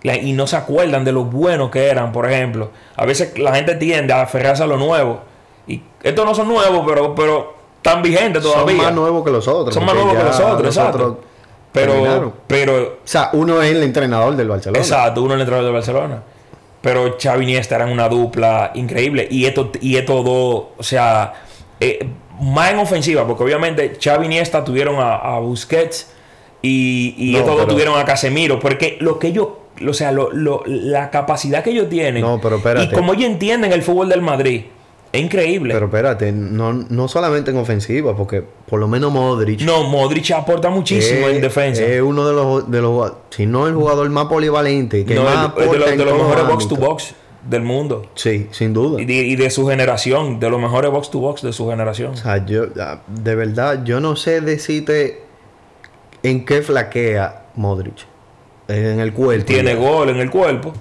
La- y no se acuerdan de lo buenos que eran, por ejemplo. A veces la gente tiende a aferrarse a lo nuevo. Y estos no son nuevos, pero, pero tan vigentes todavía.
son más nuevos que los otros.
Son más
porque
nuevos que
ya
los otros,
otros-
exacto. Pero,
terminaron.
pero
O sea, uno es el entrenador del Barcelona.
Exacto, uno en el entrenador de Barcelona. Pero Xavi y Iniesta eran una dupla increíble. Y esto, y estos dos, o sea, eh, más en ofensiva, porque obviamente Xavi y Iniesta tuvieron a, a Busquets y, y
No,
estos dos
pero-
tuvieron a Casemiro. Porque lo que ellos, o sea, lo- lo- la capacidad que ellos tienen.
No, pero espérate.
Y como ellos entienden el fútbol del Madrid, es increíble.
Pero espérate, no, no solamente en ofensiva, porque por lo menos Modric.
no, Modric aporta muchísimo
es-
en defensa.
Es Eh, uno de los, de los. Si no el jugador más polivalente. Que
No,
más
es de- es de,
aporta
los-
en
de los
todos
mejores box to
ámbitos.
box del mundo.
Sí, sin duda.
Y de, y de su generación, de los mejores box to box de su generación.
O sea, yo, ah, de verdad, yo no sé decirte en qué flaquea Modric. Eh, En el cuerpo.
Tiene gol en el cuerpo.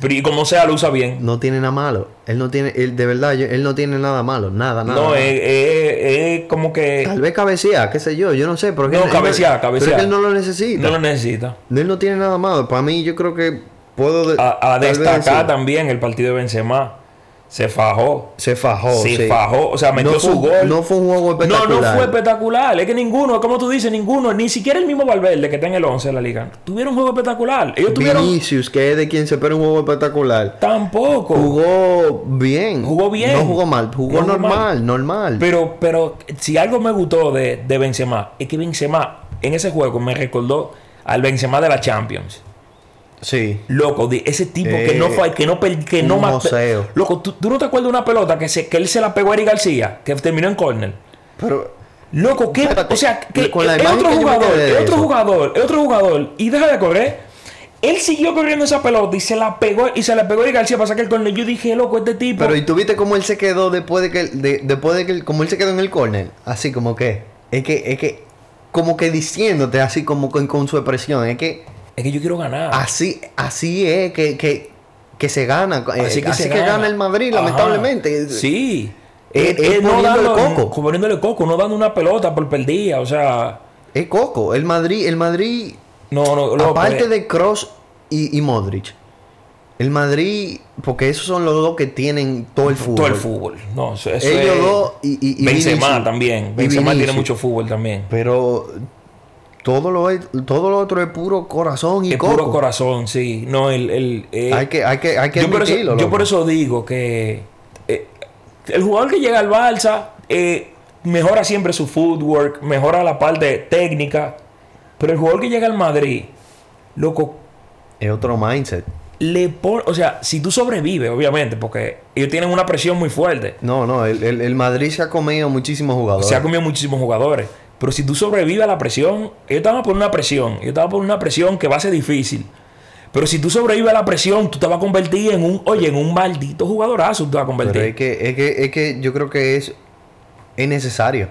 Pero y como sea, lo usa bien.
No tiene nada malo. Él no tiene, él, de verdad, yo- él no tiene nada malo. Nada, nada.
No, eh,
nada.
es, es- es como que
Tal vez cabecea, qué sé yo, yo no sé. Pero es que
No,
él- él
cabecear,
Pero
cabecear.
es que él no lo necesita.
no lo necesita.
Él no tiene nada malo. Para mí, yo creo que puedo. de-
A, a
tal vez
destacar
decir,
también el partido de Benzema. Se fajó.
Se fajó.
se
sí.
fajó. O sea, metió
No fue-
su gol.
No fue un juego
No,
espectacular.
no fue espectacular. Es que ninguno, como tú dices, ninguno, ni siquiera el mismo Valverde que está en el 11 de la liga, tuvieron un juego espectacular. Ellos tuvieron
Vinicius, que es de quien se espera un juego espectacular.
tampoco.
Jugó bien.
Jugó bien.
No jugó mal. Jugó
No jugó
normal,
mal.
normal.
Pero, pero si algo me gustó de, de Benzema, es que Benzema en ese juego me recordó al Benzema de la Champions.
sí.
Loco, de ese tipo que
Eh,
no fue, que no per- que
un
no ma-
museo.
Loco, ¿tú, tú no te acuerdas de una pelota que, se, que él se la pegó a Eric García, que terminó en córner.
Pero.
Loco, ¿qué?
Espérate,
O sea, que
con la
es
imagen
otro
que yo me
jugador,
quedé de
es otro
eso.
jugador, es otro jugador. Y deja de correr. Él siguió corriendo esa pelota y se la pegó y se la pegó a Eric García para sacar el córner. Yo dije, loco, este tipo.
Pero, ¿y tú viste cómo él se quedó después de que. de- después de que. él- Como él se quedó en el córner. Así como que. Es que. Es que. Como que diciéndote así como con, con su expresión. Es que.
es que yo quiero ganar.
Así, así es que, que, que se gana. eh, Así que,
se
gana. el Madrid,
Ajá.
lamentablemente.
Sí.
Es-
Eh,
es
eh, no
poniéndole
dando,
coco.
no- Poniéndole coco, no dando una pelota por perdida. O sea,
Es Coco. El Madrid, el Madrid
no, no, loco,
Aparte
eh,
de Cross y, y Modric, el Madrid, porque esos son los dos que tienen todo el fútbol.
todo el fútbol. No, eso, eso
Ellos
es-
dos y, y, y
Benzema
Vinicius.
también.
Y
Benzema tiene
Vinicius.
mucho fútbol también.
Pero todo lo, es- todo lo otro es puro corazón y
Es
coco.
puro corazón, sí. No, el, el, eh,
Hay que, hay que, hay que
yo, por eso,
admitirlo,
yo
loco.
por eso digo que eh, el jugador que llega al Barça eh, mejora siempre su footwork, mejora la parte técnica. Pero el jugador que llega al Madrid, loco,
Es otro mindset.
le pon- o sea, si tú sobrevives, obviamente, porque ellos tienen una presión muy fuerte.
No, no, el, el- el Madrid se ha comido muchísimos jugadores.
Se ha comido muchísimos jugadores. Pero si tú sobrevives a la presión, ellos estaban por una presión. Ellos estaban por una presión que va a ser difícil. Pero si tú sobrevives a la presión, tú te vas a convertir en un, oye, en un maldito jugadorazo. Tú te vas a
Pero es
convertir.
que, es, que, es que yo creo que es, es necesario.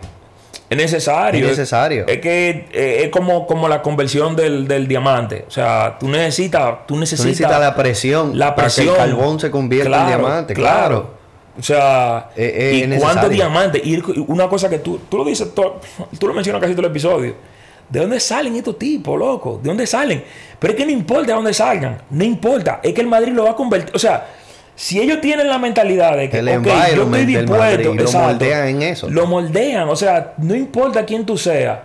Es necesario.
Es necesario.
Es que eh, es como, como la conversión del, del diamante. O sea, tú necesitas, tú
Tú
necesitas,
necesitas la presión,
la presión.
para que el carbón se convierta en diamante. claro.
O sea,
Eh, eh, es
¿y
necesario.
cuántos diamantes? Y el- una cosa que tú, tú lo dices, to- [LAUGHS] tú lo mencionas casi todo el episodio. ¿De dónde salen estos tipos, loco? ¿De dónde salen? Pero es que no importa de dónde salgan. No importa. Es que el Madrid lo va a convertir. O sea, si ellos tienen la mentalidad de que
El
ok, yo estoy
environment del Madrid,
dispuesto,
lo moldean en eso.
Lo moldean. O sea, no importa quién tú seas.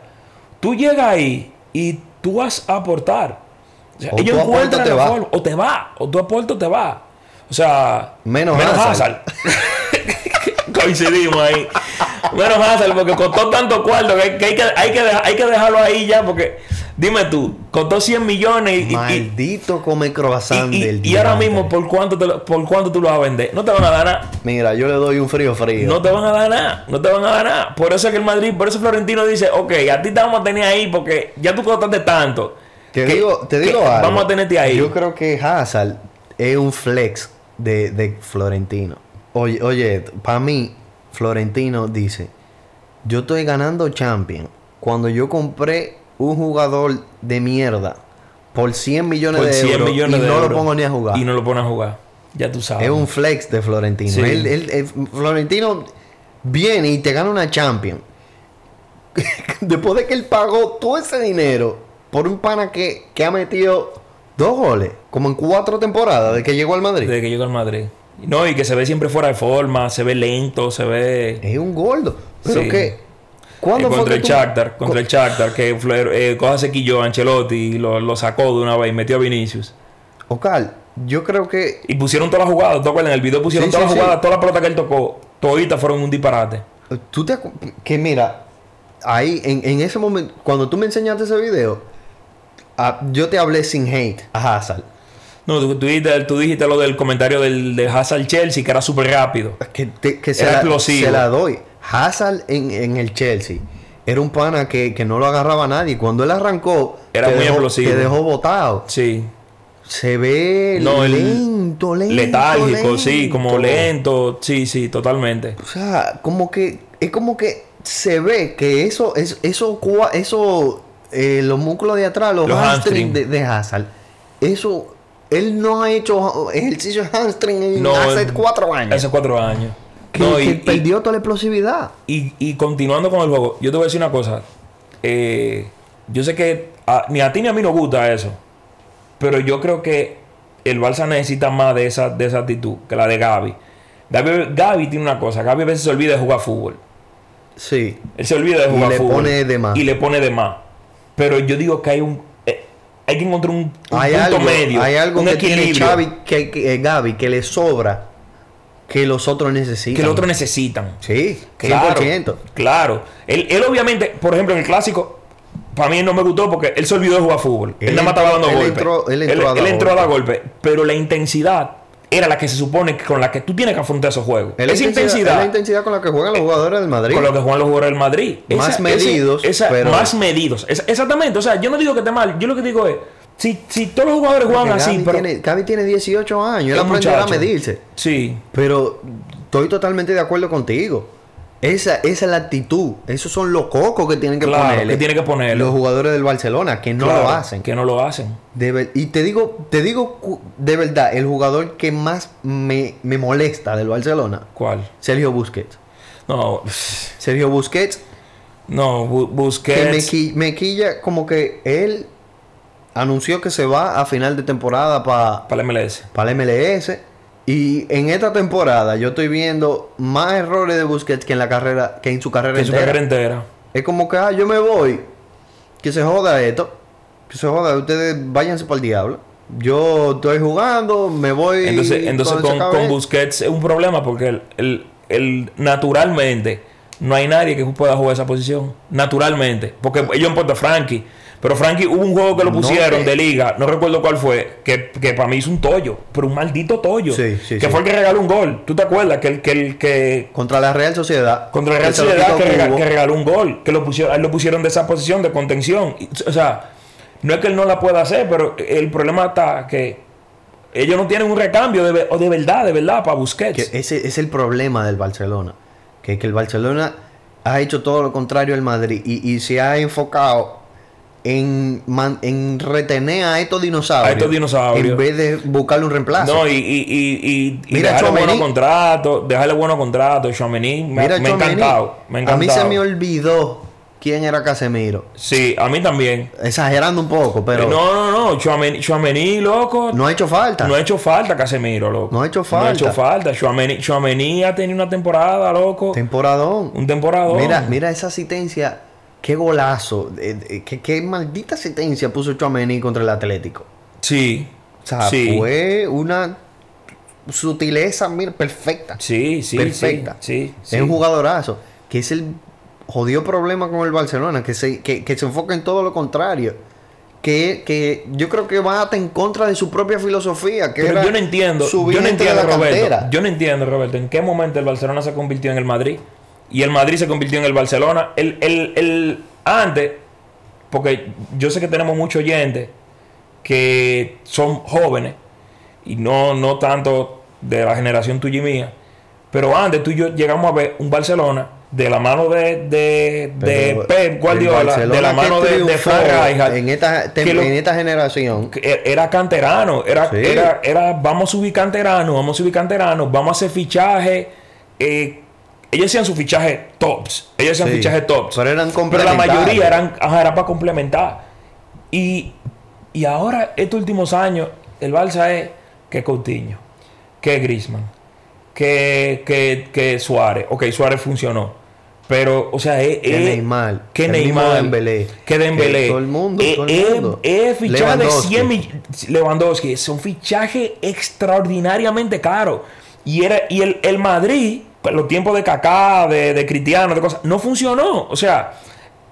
Tú llegas ahí y tú vas a aportar. O sea,
O
ellos
tú aportas
encuentran
o te
la
vas.
forma. O te va. O tú aportas o te va. O sea,
Menos Hazard.
[LAUGHS] Coincidimos ahí. Menos Hazard, porque costó tanto cuarto que, que hay, que, hay, que deja- hay que dejarlo ahí ya, porque Dime tú, costó 100 millones y- y- y,
Maldito come croissant
Y-
del
y, y ahora
diantre.
mismo, ¿por cuánto, te lo- ¿por cuánto tú lo vas a vender? No te van a dar nada.
Mira, yo le doy un frío frío.
No te van a dar nada. No te van a dar nada. Por eso es que el Madrid, por eso Florentino dice, ok, a ti te vamos a tener ahí porque ya tú costaste tanto.
Te
Que-
digo, te
que
digo algo.
Vamos a tenerte ahí.
Yo creo que Hazard es un flex de, de Florentino. Oye, oye, para mí, Florentino dice: Yo estoy ganando Champion. Cuando yo compré un jugador de mierda por 100 millones
Por
de
100
euros
millones
y
de
no
euros.
lo pongo ni a jugar.
Y no lo pones a jugar. Ya tú sabes.
Es un flex de Florentino.
Ah. Sí.
Él- él- él- Florentino viene y te gana una Champions. [LAUGHS] Después de que él pagó todo ese dinero por un pana que, que ha metido dos goles, como en cuatro temporadas de que llegó al Madrid.
Desde que llegó al Madrid. No, y que se ve siempre fuera de forma, se ve lento, se ve...
Es un gordo. Pero
Sí.
que.
Eh,
¿Cuándo fue
contra
que
el
tú-
Shakhtar, contra el Shakhtar, que Flor- eh, Coja se quilló a Ancelotti y lo, lo sacó de una vez y metió a Vinicius.
Ocal, yo creo que.
Y pusieron todas las jugadas, ¿te acuerdas? En el video pusieron
Sí,
todas
sí,
las
sí.
jugadas, todas las pelotas que él tocó, toditas fueron un disparate.
Tú te acu- que mira, ahí en, en ese momento, cuando tú me enseñaste ese video, ah, yo te hablé sin hate a Hazard.
No, tú, tú dijiste, tú dijiste lo del comentario del, de Hazard Chelsea, que era súper rápido.
que, te- que se,
Era
la,
explosivo.
se la doy. Hazard en, en el Chelsea era un pana que, que no lo agarraba nadie. Cuando él arrancó,
Era
te
muy
dejó,
explosivo.
Te dejó botado.
Sí.
Se ve
No, el-
lento, lento.
Letárgico, sí, como
lento.
lento. Sí, sí, totalmente.
O sea, como que es como que se ve que eso, es, eso, cua- eso, eh, los músculos de atrás, los,
Los
hamstrings
hamstring.
de, de Hazard, eso, él no ha hecho ejercicio de hamstring en-
No,
hace
el-
cuatro años.
Hace cuatro años.
que,
No,
que
y, y-
perdió toda la explosividad.
Y, y continuando con el juego, yo te voy a decir una cosa. Eh, yo sé que a- ni a ti ni a mí nos gusta eso. Pero yo creo que el Barça necesita más de esa, de esa actitud que la de Gaby. Gaby. Gaby tiene una cosa. Gaby a veces se olvida de jugar fútbol.
Sí.
Él se olvida de
Y
jugar
le
fútbol.
pone de más.
Y le pone de más. Pero yo digo que hay un... eh, hay que encontrar un, un
hay
punto
algo,
medio.
hay algo
un
que
equilibrio
tiene Xavi, que, que- eh, Gavi, que le sobra que los otros necesitan.
que los otros necesitan.
Sí, 100%.
Claro, claro. Él, él obviamente, por ejemplo, en el clásico, para mí no me gustó porque él se olvidó de jugar fútbol. Él,
Él
nada más estaba
entró-
dando
él
golpes.
entró- él entró a dar
él entró a dar golpes. Pero la intensidad era la que se supone que con la que tú tienes que afrontar esos juegos.
Es la
esa
es
intensidad, Eh,
la intensidad con la que juegan los jugadores del Madrid.
con lo que juegan los jugadores del Madrid.
Más medidos,
esa-
pero-
Más medidos. Esa- exactamente. O sea, yo no digo que esté mal. Yo lo que digo es, si, si todos los jugadores juegan
Porque
así,
Gavi
pero...
tiene, Gavi tiene 18 años, él
el
aprendió a
muchacho-
medirse.
Sí.
Pero estoy totalmente de acuerdo contigo. Esa, esa es la actitud. Esos son los cocos que tienen que
Claro,
ponerle.
que tiene que ponerle.
Los jugadores del Barcelona, que no
claro,
lo hacen.
Que no lo hacen.
De ver- y te digo, te digo cu- de verdad, el jugador que más me, me molesta del Barcelona,
¿Cuál?
Sergio Busquets.
No,
Sergio Busquets,
no, Bu-
que me,
Busquets...
qui- me quilla como que él anunció que se va a final de temporada para
Para el MLS.
el MLS. Y en esta temporada yo estoy viendo más errores de Busquets que en la carrera, que en su carrera
En su
entera.
carrera entera.
Es como que ah, yo me voy, que se joda esto, que se joda, ustedes váyanse para el diablo. Yo estoy jugando, me voy.
Entonces, entonces
cuando se
con,
acabe.
con Busquets es un problema porque el, el- el- naturalmente no hay nadie que pueda jugar esa posición. Naturalmente. Porque ellos importa a Frankie. Pero Frankie hubo un juego que lo
No,
pusieron
que-
de liga, no recuerdo cuál fue, que, que para mí hizo un tollo, pero un maldito tollo.
Sí, sí,
que
sí.
fue el que regaló un gol. ¿Tú te acuerdas? Que el que, el, que
Contra la Real Sociedad.
Contra el Real
se lo
Sociedad
quitó
que, rega-
Cubo.
que regaló un gol, que lo pusieron, a él lo pusieron de esa posición de contención. Y, O sea, no es que él no la pueda hacer, pero el problema está que ellos no tienen un recambio de, ve- o de verdad, de verdad, para Busquets.
Que ese es el problema del Barcelona. Que, que el Barcelona ha hecho todo lo contrario al Madrid y, y se ha enfocado en, man- en retener a estos dinosaurios.
A estos dinosaurios.
En vez de buscarle un reemplazo.
No, y, y, y, y, y
Mira,
dejarle buenos
Tchouaméni.
contratos, dejarle buenos contratos, Chomení, me,
Mira,
me ha
Tchouaméni,
encantado. Me ha
A mí se
encantado.
me olvidó quién era Casemiro.
Sí, a mí también.
Exagerando un poco, pero
no,
no,
no, no, Chomení, loco.
ha hecho falta.
No ha hecho falta Casemiro, loco.
No ha hecho
No
falta.
ha hecho falta. Chouameni- Chouameni ha tenido una temporada, loco.
Temporadón.
Un temporadón.
Mira, mira esa asistencia. Qué golazo. Eh, eh, qué, qué maldita asistencia puso Chouameni contra el Atlético.
Sí.
O sea,
sí.
fue una sutileza, mira, perfecta.
sí, sí,
perfecta.
Sí, sí,
Es un
sí.
jugadorazo. Que es el jodido problema con el Barcelona. Que se, que, que se enfoca en todo lo contrario. que, que yo creo que va hasta en contra de su propia filosofía. Que
Pero
era
yo no entiendo.
subir
Yo no
gente de
entiendo,
la
Roberto.
cantera.
Yo no entiendo, Roberto, en qué momento el Barcelona se convirtió en el Madrid y el Madrid se convirtió en el Barcelona. El, el, el- antes, porque yo sé que tenemos muchos oyentes que son jóvenes y no, no tanto de la generación tuya y mía. Pero antes tú y yo llegamos a ver un Barcelona de la mano de, de, de
Pero
Pep
el
Guardiola, de la
Barcelona que
mano de, de
triunfó
Frank Rijkaard,
En esta, tem-
que lo-
en esta generación.
que er- era canterano, era,
Sí.
era, era vamos a subir canterano, vamos a subir canterano, vamos a hacer fichaje. eh, ellos hacían su fichaje tops, ellos hacían
Sí.
fichaje tops.
Pero eran
Pero la
complementarios.
mayoría eran ajá, era para complementar. Y, y ahora, estos últimos años, el Balsa es que Coutinho, que Grisman, que, que, que Suárez. Ok, Suárez funcionó. Pero, o sea, es.
Que
es-
Neymar,
Que
el mismo
Neymar.
Dembélé,
Que Dembélé.
que todo el mundo,
Eh,
todo el
eh,
mundo.
eh, fichaje de
Lewandowski.
100 millones. Lewandowski. Es un fichaje extraordinariamente caro. Y, era, y el, el Madrid, pues, los tiempos de Kaká, de, de Cristiano, de cosas, no funcionó. O sea,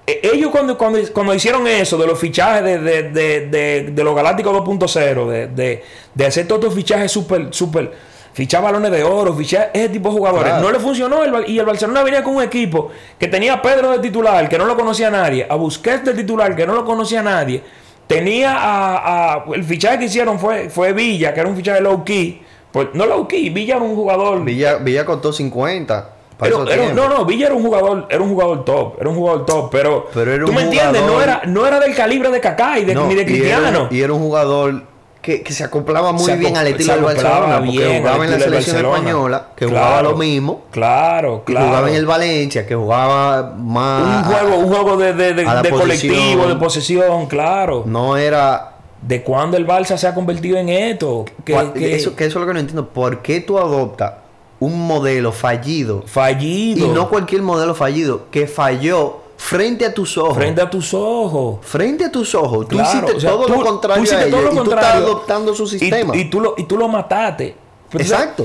e- ellos cuando, cuando, cuando hicieron eso de los fichajes de, de, de, de- de los Galácticos 2.0, de, de, de hacer todos estos fichajes súper, súper, fichar balones de oro, fichar ese tipo de jugadores,
Claro.
no le funcionó. el Bar- y el Barcelona venía con un equipo que tenía a Pedro de titular, que no lo conocía nadie, a Busquets de titular, que no lo conocía nadie. Tenía a, a- El fichaje que hicieron fue, fue Villa, que era un fichaje low key. Pues, no low key, Villa era un jugador.
Villa, Villa costó 50. para
Era-
esos
era-
tiempos.
no, no, Villa era un jugador, era un jugador top, era un jugador top, pero,
Pero era
tú
un
me entiendes, no
jugador-
era, no era del calibre de Kaká y de,
No,
ni de
Y era
Cristiano.
un, y era un jugador que, que se acoplaba muy
Se
bien
acop-
al
se
estilo del
acoplaba
Barcelona. Porque
bien al
jugaba en la
estilo del
selección
Barcelona.
española, que
Claro.
jugaba lo mismo.
Claro,
Y
claro.
jugaba en el Valencia, que jugaba más.
un juego, un juego de, de, de-
a la Mm.
de colectivo,
posesión.
de posesión, claro.
No era.
¿De cuándo el Barça se ha convertido en esto? Que,
cua-
que
Eso, que eso es lo que no entiendo. ¿Por qué tú adoptas un modelo fallido?
fallido
Y no cualquier modelo fallido, que falló frente a tus ojos.
frente a tus ojos.
Frente a tus ojos. Tú
Claro,
hiciste
o sea,
todo
tú-
lo contrario
tú hiciste
a ellos,
todo lo
y tú estás
contrario.
adoptando su
Y-
sistema.
Y, tú lo, y tú lo mataste. Pero tú sabes-
Exacto.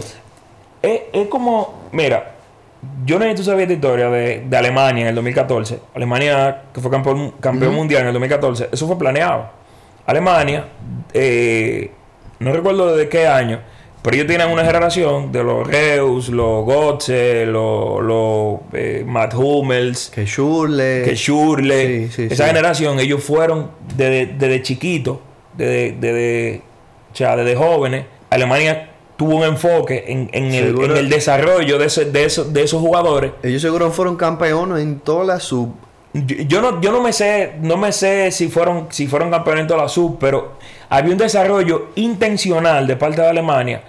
Es, es como, mira, yo no sé si tú sabías esta historia de, de Alemania en el 2014. Alemania, que fue campeón, campeón mundial en el 2014, eso fue planeado. Alemania, eh, no recuerdo de qué año, pero ellos tienen una generación de los Reus, los Götze, los, los eh, Matt Hummels,
Que Schürrle.
que Schürrle.
Sí, sí,
esa
sí.
generación, ellos fueron desde, desde chiquitos, desde, desde- o sea, desde jóvenes. Alemania tuvo un enfoque en, en el,
Seguro.
en el desarrollo de, ese- de, esos, de esos jugadores.
Ellos seguro fueron campeones en toda la sub.
Yo, yo no, yo no me sé, no me sé si fueron, si fueron campeones en toda la sub, pero había un desarrollo intencional de parte de Alemania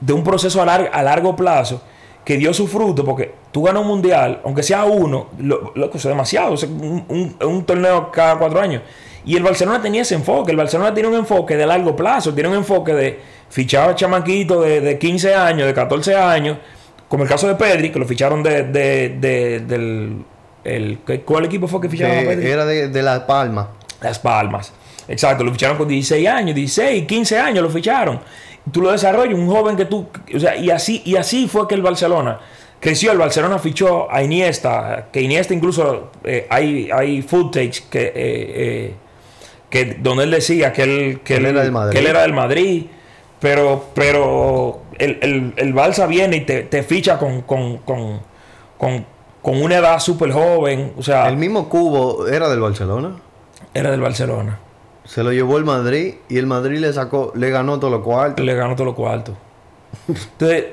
de un proceso a, lar- a largo plazo que dio su fruto, porque tú ganas un mundial, aunque sea uno, lo, loco, eso es demasiado, eso es un, un- un torneo cada cuatro años. Y el Barcelona tenía ese enfoque, el Barcelona tiene un enfoque de largo plazo, tiene un enfoque de fichar a chamaquitos de, de 15 años, de 14 años, como el caso de Pedri, que lo ficharon de, de- de- del... el- ¿Cuál equipo fue que ficharon a Pedri?
que era de, de La Palma.
Las Palmas. Exacto, lo ficharon con 16 años, 16, 15 años lo ficharon. Tú lo desarrollas, un joven que tú. O sea, y así, y así fue que el Barcelona creció. El Barcelona fichó a Iniesta, que Iniesta incluso eh, hay, hay footage que. eh, eh, que donde él decía que él, que
Él
él-
era del Madrid.
que él era del Madrid, pero, pero el, el, el Barça viene y te, te ficha con, con, con, con- con una edad súper joven, o sea,
El mismo Cubo era del Barcelona.
era del Barcelona.
Se lo llevó el Madrid y el Madrid le sacó, le ganó todos los cuartos.
le ganó todos los cuartos. Entonces,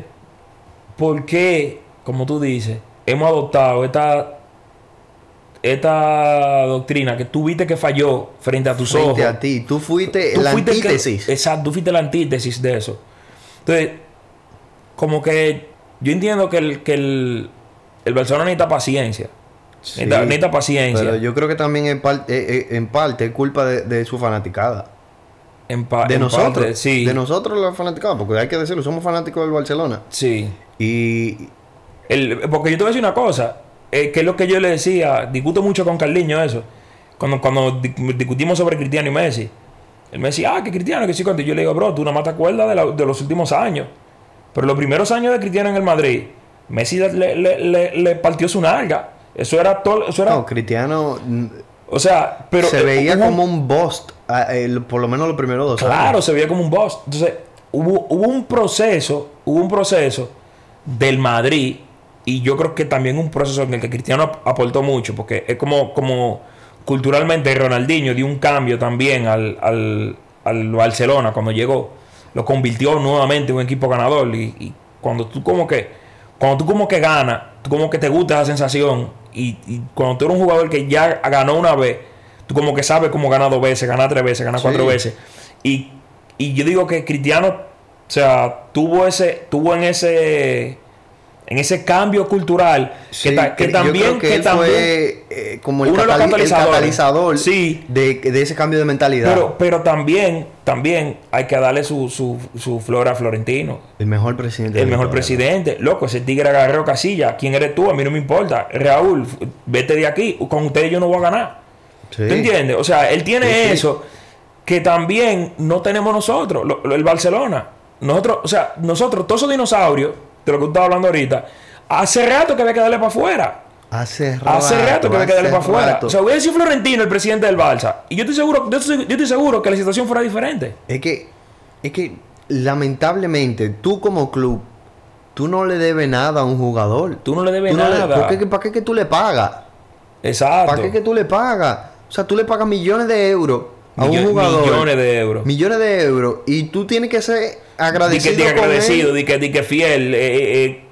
¿por qué, como tú dices, hemos adoptado esta, esta doctrina que tú viste que falló frente a tus ojos?
Frente a ti. Tú fuiste
Tú
la
fuiste el que- eh,
antítesis.
exacto, tú fuiste la antítesis de eso. Entonces, como que yo entiendo que el, que el, el Barcelona necesita paciencia.
Sí,
necesita, necesita paciencia.
Pero yo creo que también en parte, eh, eh, en parte es culpa de, de su fanaticada.
en pa-
De
Ah, en
nosotros.
parte, sí,
De nosotros la fanaticada. Porque hay que decirlo, somos fanáticos del Barcelona.
sí.
Y
El- porque yo te voy a decir una cosa, eh, que es lo que yo le decía, discuto mucho con Carliño eso, cuando, cuando di- discutimos sobre Cristiano y Messi. Él me decía, ah, que Cristiano, que sí, cuando yo le digo, bro, tú no más te acuerdas de, la- de los últimos años. Pero los primeros años de Cristiano en el Madrid, Messi le, le- le- le partió su nalga. Eso era todo, eso era,
no, Cristiano mm,
o sea, pero...
se
eh,
veía
hubo-
como un bust a- el- por lo menos los primeros dos
Claro, se veía como un boss. Entonces, hubo, hubo un proceso, hubo un proceso del Madrid y yo creo que también un proceso en el que Cristiano ap- aportó mucho, porque es como, como culturalmente Ronaldinho dio un cambio también al, al, al Barcelona cuando llegó. Lo convirtió nuevamente en un equipo ganador y, y cuando tú como que cuando tú como que ganas, tú como que te gusta esa sensación y, y cuando tú eres un jugador que ya ganó una vez, tú como que sabes cómo gana dos veces, gana tres veces, gana cuatro
Sí.
veces veces. Y, y yo digo que Cristiano, o sea, tuvo ese, tuvo en ese, en ese cambio cultural
Sí,
que, ta- que
cre- yo
también,
creo
que,
que él
también.
fue eh, como el,
uno de los
catali- el
catalizadores.
catalizador
Sí.
de, de ese cambio de mentalidad.
Pero, pero también, también hay que darle su, su, su flor a Florentino.
el mejor presidente.
El
de la
mejor
historia.
presidente. Loco, ese tigre agarró casilla. ¿Quién eres tú? A mí no me importa. Raúl, f- vete de aquí. Con ustedes yo no voy a ganar.
Sí.
¿Tú entiendes? O sea, él tiene
Sí, sí.
eso que también no tenemos nosotros, lo- lo- el Barcelona. Nosotros, o sea, nosotros, todos esos dinosaurios, de lo que tú estabas hablando ahorita, hace rato que había que darle para afuera.
Hace rato.
Hace rato que había que darle
hace
para afuera.
rato.
O sea, hubiera sido Florentino el presidente del Barça. Y yo estoy seguro, yo estoy, yo estoy seguro que la situación fuera diferente.
Es que, es que lamentablemente tú como club, tú no le debes nada a un jugador.
Tú no le debes
le-
nada.
¿por qué que- ¿Para qué que tú le pagas?
Exacto.
¿Para qué que tú le pagas? O sea, tú le pagas millones de euros a
Millo-
un jugador.
Millones de euros.
Millones de euros. Y tú tienes que ser
Di que,
agradecido.
di que
con él.
agradecido, di que, di que fiel. eh, eh, eh.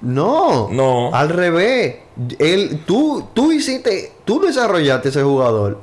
No.
No.
Al revés. Él, tú, tú hiciste, tú desarrollaste ese jugador.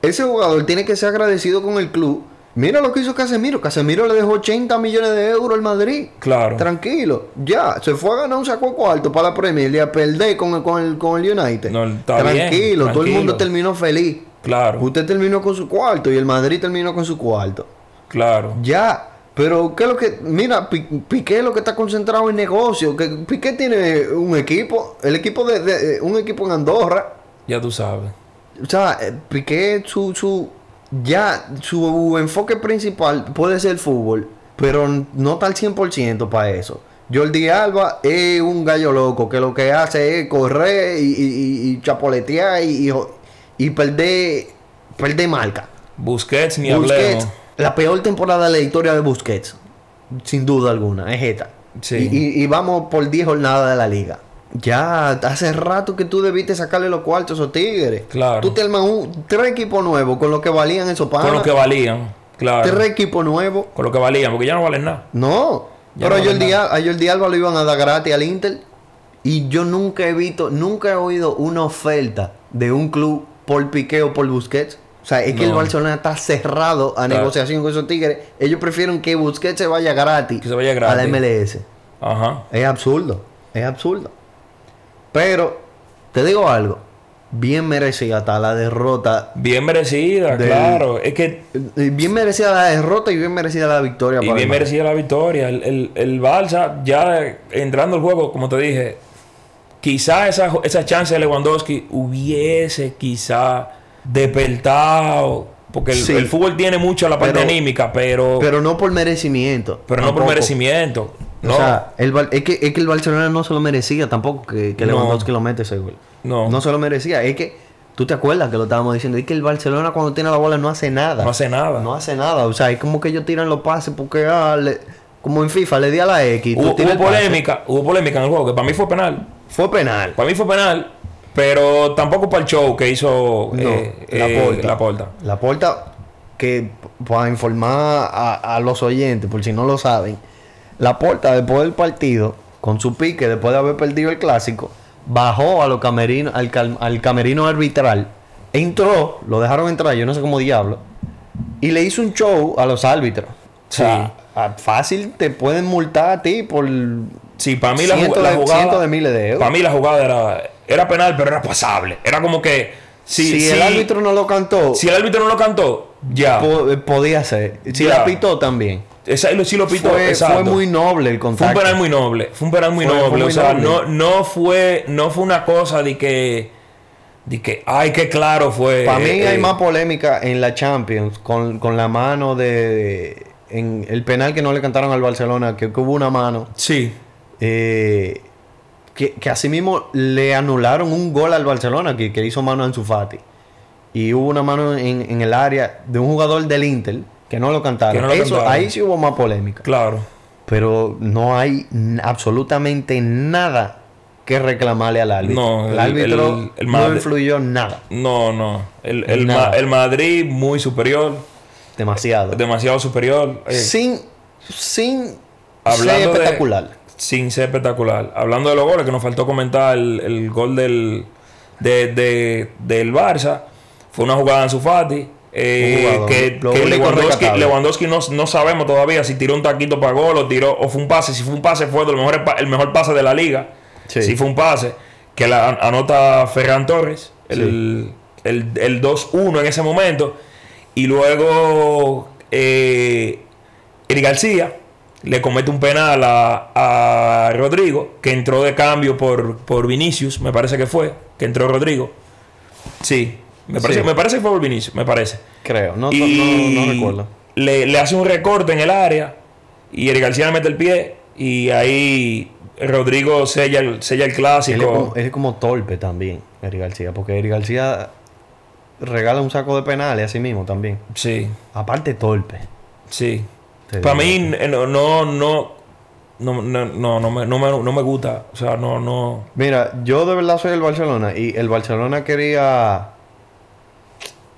Ese jugador tiene que ser agradecido con el club. Mira lo que hizo Casemiro. Casemiro le dejó 80 millones de euros al Madrid.
Claro.
Tranquilo. Ya. Se fue a ganar un saco de cuarto para la Premier League a perder con el, con el, con el United.
No, está bien,
tranquilo. Todo el
tranquilo.
mundo terminó feliz.
Claro,
Usted terminó con su cuarto y el Madrid terminó con su cuarto.
claro.
Ya, pero ¿qué es lo que.? Mira, Pi- Piqué es lo que está concentrado en negocio. Que Piqué tiene un equipo, el equipo de, de- eh, un equipo en Andorra.
Ya tú sabes.
O sea, eh, Piqué, su, su. Ya, su enfoque principal puede ser el fútbol, pero no está al 100% para eso. Jordi Alba es un gallo loco que lo que hace es correr y, y- y- y chapoletear y, y, y perder, perder marca.
Busquets ni
Busquets,
hablemos.
la peor temporada de la historia de Busquets, sin duda alguna, es esta.
Sí.
Y, y- y vamos por 10 jornadas de la liga. Ya hace rato que tú debiste sacarle los cuartos a esos tigres.
Claro.
Tú te armas un, tres equipos nuevos con lo que valían esos panas.
Con lo que valían. Claro.
Tres equipos nuevos.
Con lo que valían, porque ya no valen nada.
No.
Ya
pero
no
a, Jordi,
valen
Al- a Jordi Alba lo iban a dar gratis al Inter. Y yo nunca he visto, nunca he oído una oferta de un club por Piqué o por Busquets. O sea, es que el
No.
Barcelona está cerrado a
Claro.
negociación con esos tigres. Ellos prefieren que Busquets se vaya gratis,
Que se vaya
a la
gratis.
MLS.
Ajá.
Es absurdo, es absurdo. Pero, te digo algo, bien merecida está la derrota.
Bien merecida,
Del-
claro. Es que.
eh, Bien merecida la derrota y bien merecida la victoria.
Y
para el
bien
Madrid.
merecida la victoria. El, el, el Barça, ya entrando al juego, como te dije, quizá esa, jo- esa chance de Lewandowski hubiese quizá despertado. Porque el,
Sí.
el fútbol tiene mucho la parte
Pero-
anímica, pero, pero,
Pero no por merecimiento.
no por
tampoco.
merecimiento. No,
O sea, el, Bar- es, que, es que el Barcelona no se lo merecía tampoco que, que
No.
Lewandowski lo mete ese gol.
no,
No
no,
se lo merecía. Es que, tú te acuerdas que lo estábamos diciendo, es que el Barcelona cuando tiene la bola no hace nada.
hace nada.
No hace nada. O sea, es como que ellos tiran los pases porque, ah, le- como en FIFA, le di a la X. tú
hubo,
tiras
hubo
el pase.
polémica, hubo polémica en el juego, que para mí fue penal.
Fue penal.
Para mí fue penal, pero tampoco para el show que hizo
No,
eh,
la
eh,
porta.
Laporta.
La porta, que p- para informar a, a los oyentes, por si no lo saben, la porta después del partido, con su pique, después de haber perdido el clásico, bajó a los camerinos, al, cal- al camerino arbitral, entró, lo dejaron entrar, yo no sé cómo diablo, y le hizo un show a los árbitros.
Sí.
a- fácil te pueden multar a ti por
Sí, para mí la, ju-
cientos
la
de- cientos
jugada.
de miles de euros.
Para mí la jugada era, era penal, pero era pasable. Era como que si,
si
si-
el árbitro no lo cantó,
si el árbitro no lo cantó, ya.
po- eh, podía ser. Si
Ya.
la pitó también.
Esa, lo- sí lo pitó.
fue,
exacto.
fue muy noble el
Fue un
contacto.
penal muy noble. Fue un penal muy
Fue- fue
noble.
muy
o sea,
noble.
No, no fue no fue una cosa de que de que ay, qué claro fue.
Para mí
eh,
hay
eh,
más polémica en la Champions con, con la mano de... En el penal que no le cantaron al Barcelona, que, que hubo una mano.
Sí.
eh, que, que asimismo le anularon un gol al Barcelona que, que hizo mano a Ansu Fati. y hubo una mano en, en el área de un jugador del Inter que no lo cantaron.
Que no lo
Eso,
cantaron.
ahí sí hubo más polémica.
Claro.
Pero no hay n- absolutamente nada que reclamarle al árbitro.
No,
el,
el-
árbitro
el- el
no
Madrid-
influyó en nada.
No, no. El, el
Nada.
Ma- el Madrid muy superior,
Demasiado.
demasiado superior. eh,
sin sin
Hablando
ser
de-
espectacular.
Sin ser espectacular. Hablando de los goles, que nos faltó comentar el, el gol del, de- de- del Barça. Fue una jugada en su Fati. eh,
Un jugador,
que
lo
que
único
Lewandowski,
rescatable.
Lewandowski no, no sabemos todavía si tiró un taquito para gol o tiró o fue un pase. Si fue un pase, fue de lo mejor, el mejor pase de la liga.
Sí.
Si fue un pase que la an- anota Ferran Torres, el, el- el 2-1 en ese momento. Y luego eh, Eric García le comete un penal a, a Rodrigo, que entró de cambio por, por Vinicius, me parece que fue, que entró Rodrigo. Sí, me parece,
Sí.
Me parece que fue por Vinicius, me parece.
Creo, no,
y
no, no recuerdo.
Le, le hace un recorte en el área y Eric García le mete el pie y ahí Rodrigo sella el, sella
Él
el
es,
clásico.
como, él es como torpe también, Eric García, porque Eric García regala un saco de penales a sí mismo también.
Sí,
Aparte torpe.
sí.
te
Para
digo.
mí eh, no, no, no, no, no, no, no me, no, me, no me gusta. O sea, no, no. [LAUGHS]
Mira, yo de verdad soy el Barcelona y el Barcelona quería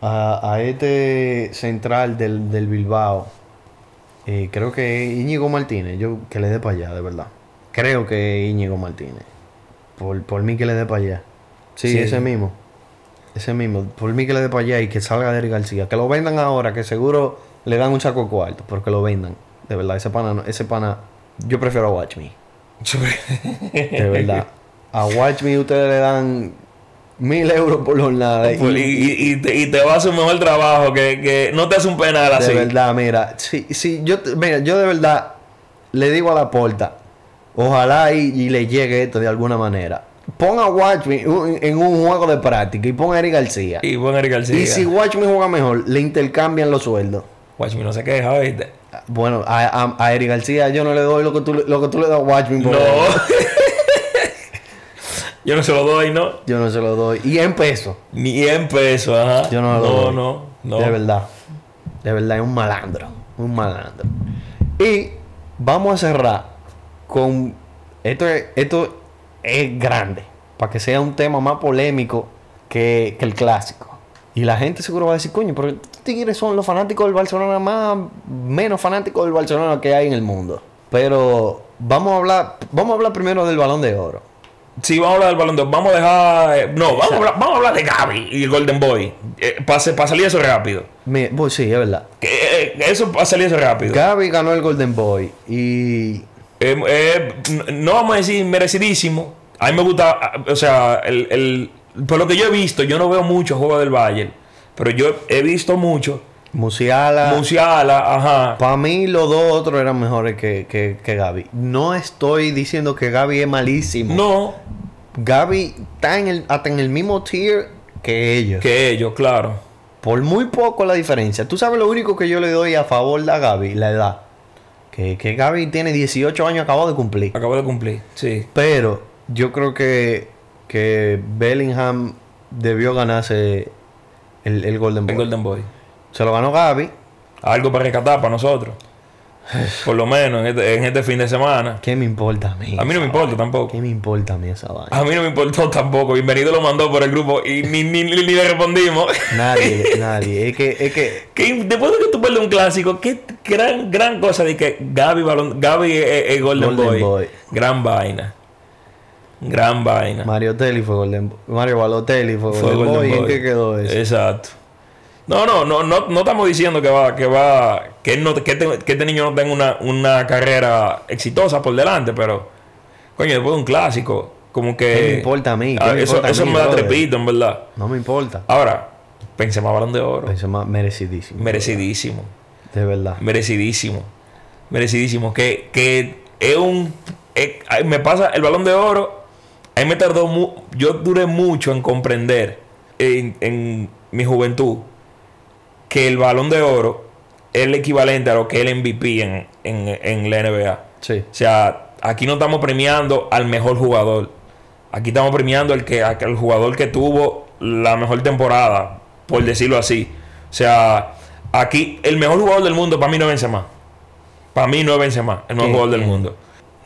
a, a este central del, del Bilbao. eh, creo que Íñigo Martínez, yo que le dé para allá, de verdad. Creo que Íñigo Martínez. Por, por mí que le dé para allá. Sí,
Sí.
ese mismo. Ese mismo. Por mí que le dé para allá y que salga de García. Que lo vendan ahora, que seguro le dan un saco de cuarto, pero que lo vendan. De verdad, ese pana, no- ese pana, yo prefiero a Watch Me. De verdad. Eh, A Watch Me ustedes le dan mil euros por los nada.
Pues,
Y,
Y, y- y te, y te va a hacer un mejor trabajo, que, que no te hace un penal
de
así.
verdad, mira. Si, si yo, te- mira, yo de verdad le digo a la puerta. Ojalá y, y le llegue esto de alguna manera. Pon a Watch Me un- en un juego de práctica y pon a Eric García.
Y bueno, Eric García.
Y si Watch Me juega mejor, le intercambian los sueldos.
Watch me, no se queja, ¿oíste?
Bueno, a, a- a Eric García yo no le doy lo que tú, le- lo que tú le das a Watch Me. por
No. [LAUGHS]
él.
Yo no se lo doy, ¿no?
Yo no se lo doy. Y en pesos.
Ni en pesos, ajá.
Yo no lo
No,
doy.
no, no.
De verdad. De verdad, es un malandro. Un malandro. Y vamos a cerrar con. Esto es, esto es grande. Para que sea un tema más polémico que, que el clásico. Y la gente seguro va a decir, coño, pero estos tigres son los fanáticos del Barcelona más. menos fanáticos del Barcelona que hay en el mundo. Pero vamos a hablar. Vamos a hablar primero del balón de oro.
Sí, vamos a hablar del balón de oro. Vamos a dejar. eh, no, vamos a,
Exacto.
hablar, vamos a hablar de Gaby y el Golden Boy. eh, para, salir eso rápido.
Me, pues sí, es verdad.
Que, eh, eh, eso para salir eso rápido.
Gaby ganó el Golden Boy. Y
Eh, eh, n- no vamos a decir merecidísimo. A mí me gusta, ah, o sea, el, el- por lo que yo he visto, yo no veo mucho juego del Bayern, pero yo he visto mucho.
Musiala.
Musiala, ajá.
Para mí los dos otros eran mejores que, que, que Gaby. No estoy diciendo que Gaby es malísimo.
No,
Gaby está en el, hasta en el mismo tier que ellos.
que ellos, claro.
Por muy poco la diferencia. Tú sabes lo único que yo le doy a favor de Gaby, la edad. Que, que Gaby tiene 18 años, acabado de cumplir.
Acabo de cumplir, sí.
Pero yo creo que, que Bellingham debió ganarse el, el Golden
El
Boy.
Golden Boy.
Se lo ganó Gaby.
Algo para rescatar para nosotros. Por lo menos en este, en este fin de semana.
¿Qué me importa a mí?
A mí no me importa tampoco.
¿Qué me importa a mí esa vaina?
A mí no me importó tampoco. Bienvenido lo mandó por el grupo y ni, ni, ni- ni le respondimos. [LAUGHS]
Nadie, nadie. Es que, es que
Que después de que tú pierdes un clásico, qué gran, gran cosa de que Gaby, balón, Gaby es, es Golden,
Golden
Boy.
Boy.
Gran vaina. Gran vaina.
Mario Telly fue Golden Boy. Mario Balotelli fue,
Fue
Golden,
Golden
Boy. Eh. ¿Y en
Boy.
qué quedó eso?
Exacto. No, no, no, no, no estamos diciendo que va, que va, que él no, que este, que este niño no tenga una, una carrera exitosa por delante, pero coño, después de un clásico, como que.
¿Qué me importa a mí? ¿Qué
Ah,
me
eso
importa a
eso
mí,
me da
brother?
trepito, en verdad.
No me importa.
Ahora, pensemos a balón de oro.
Eso es más merecidísimo.
Merecidísimo.
De verdad.
Merecidísimo. Merecidísimo. Que, que es un. es- ay, me pasa el balón de oro. Ahí me tardó. mu- yo duré mucho en comprender en, en mi juventud que el balón de oro es el equivalente a lo que es el MVP en, en, en la NBA.
Sí.
O sea, aquí no estamos premiando al mejor jugador. Aquí estamos premiando al que, al que- al jugador que tuvo la mejor temporada. por decirlo así. O sea, aquí el mejor jugador del mundo para mí no vence más. Para mí no vence más el mejor
¿Quién?
jugador del
¿Quién?
mundo.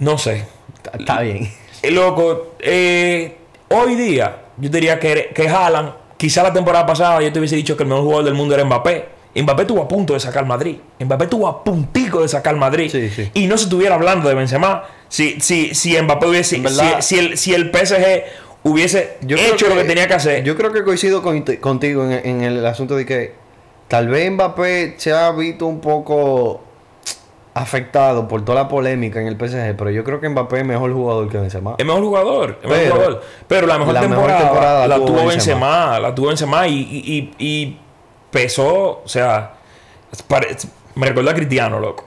No sé.
Está- Está bien.
Eh, Loco, eh, hoy día yo diría que, que Haaland, quizá la temporada pasada yo te hubiese dicho que el mejor jugador del mundo era Mbappé. Mbappé estuvo a punto de sacar Madrid. Mbappé estuvo a puntico de sacar Madrid.
Sí, sí.
Y no se estuviera hablando de Benzema. Si, si, si Mbappé hubiese,
En verdad-
si, si el, si el PSG hubiese
creo
hecho lo que tenía que hacer.
Yo creo que coincido con- contigo en, en el asunto de que tal vez Mbappé se ha visto un poco afectado por toda la polémica en el PSG, pero yo creo que Mbappé es mejor jugador que Benzema.
El mejor jugador, el mejor
Pero-
jugador. Pero la mejor
la mejor
temporada,
temporada
la
tuvo
tuvo
Benzema.
Benzema, la tuvo Benzema y, y, y- y pesó, o sea, pare- me recuerda a Cristiano, loco.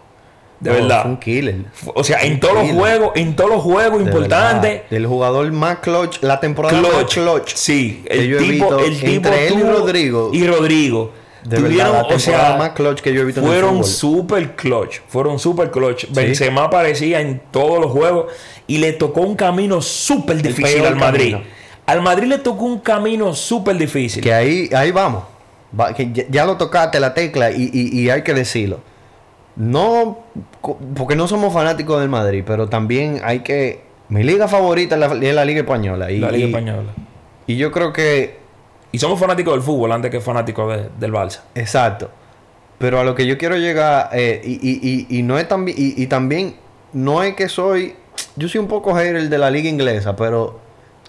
De
No,
verdad.
fue un killer.
O sea, en todos los
Increíble.
juegos, en todos los juegos
De
importantes,
verdad. El jugador más clutch, la temporada
clutch,
más clutch.
Sí,
que
el
yo he
tipo,
visto
el tipo
entre él y
tuvo-
Rodrigo.
y Rodrigo.
De
tuvieron,
verdad, la
o
temporada
sea,
más clutch que yo he visto en el
fueron
fútbol.
super clutch, fueron super clutch. Benzema aparecía en todos los juegos y le tocó un camino súper difícil
peor
al Madrid.
camino.
Al Madrid le tocó un camino súper difícil.
Que ahí, ahí vamos. Va- que ya, ya lo tocaste la tecla y, y- y hay que decirlo. No, co- porque no somos fanáticos del Madrid, pero también hay que. Mi liga favorita es la, es la Liga Española. Y,
la Liga
y-
Española.
Y, yo creo que.
Y somos fanáticos del fútbol antes que fanáticos de- del Barça.
Exacto. Pero a lo que yo quiero llegar. eh, y, y- y- y no es también. Y, y también. No es que soy. Yo soy un poco hater de la Liga Inglesa, pero.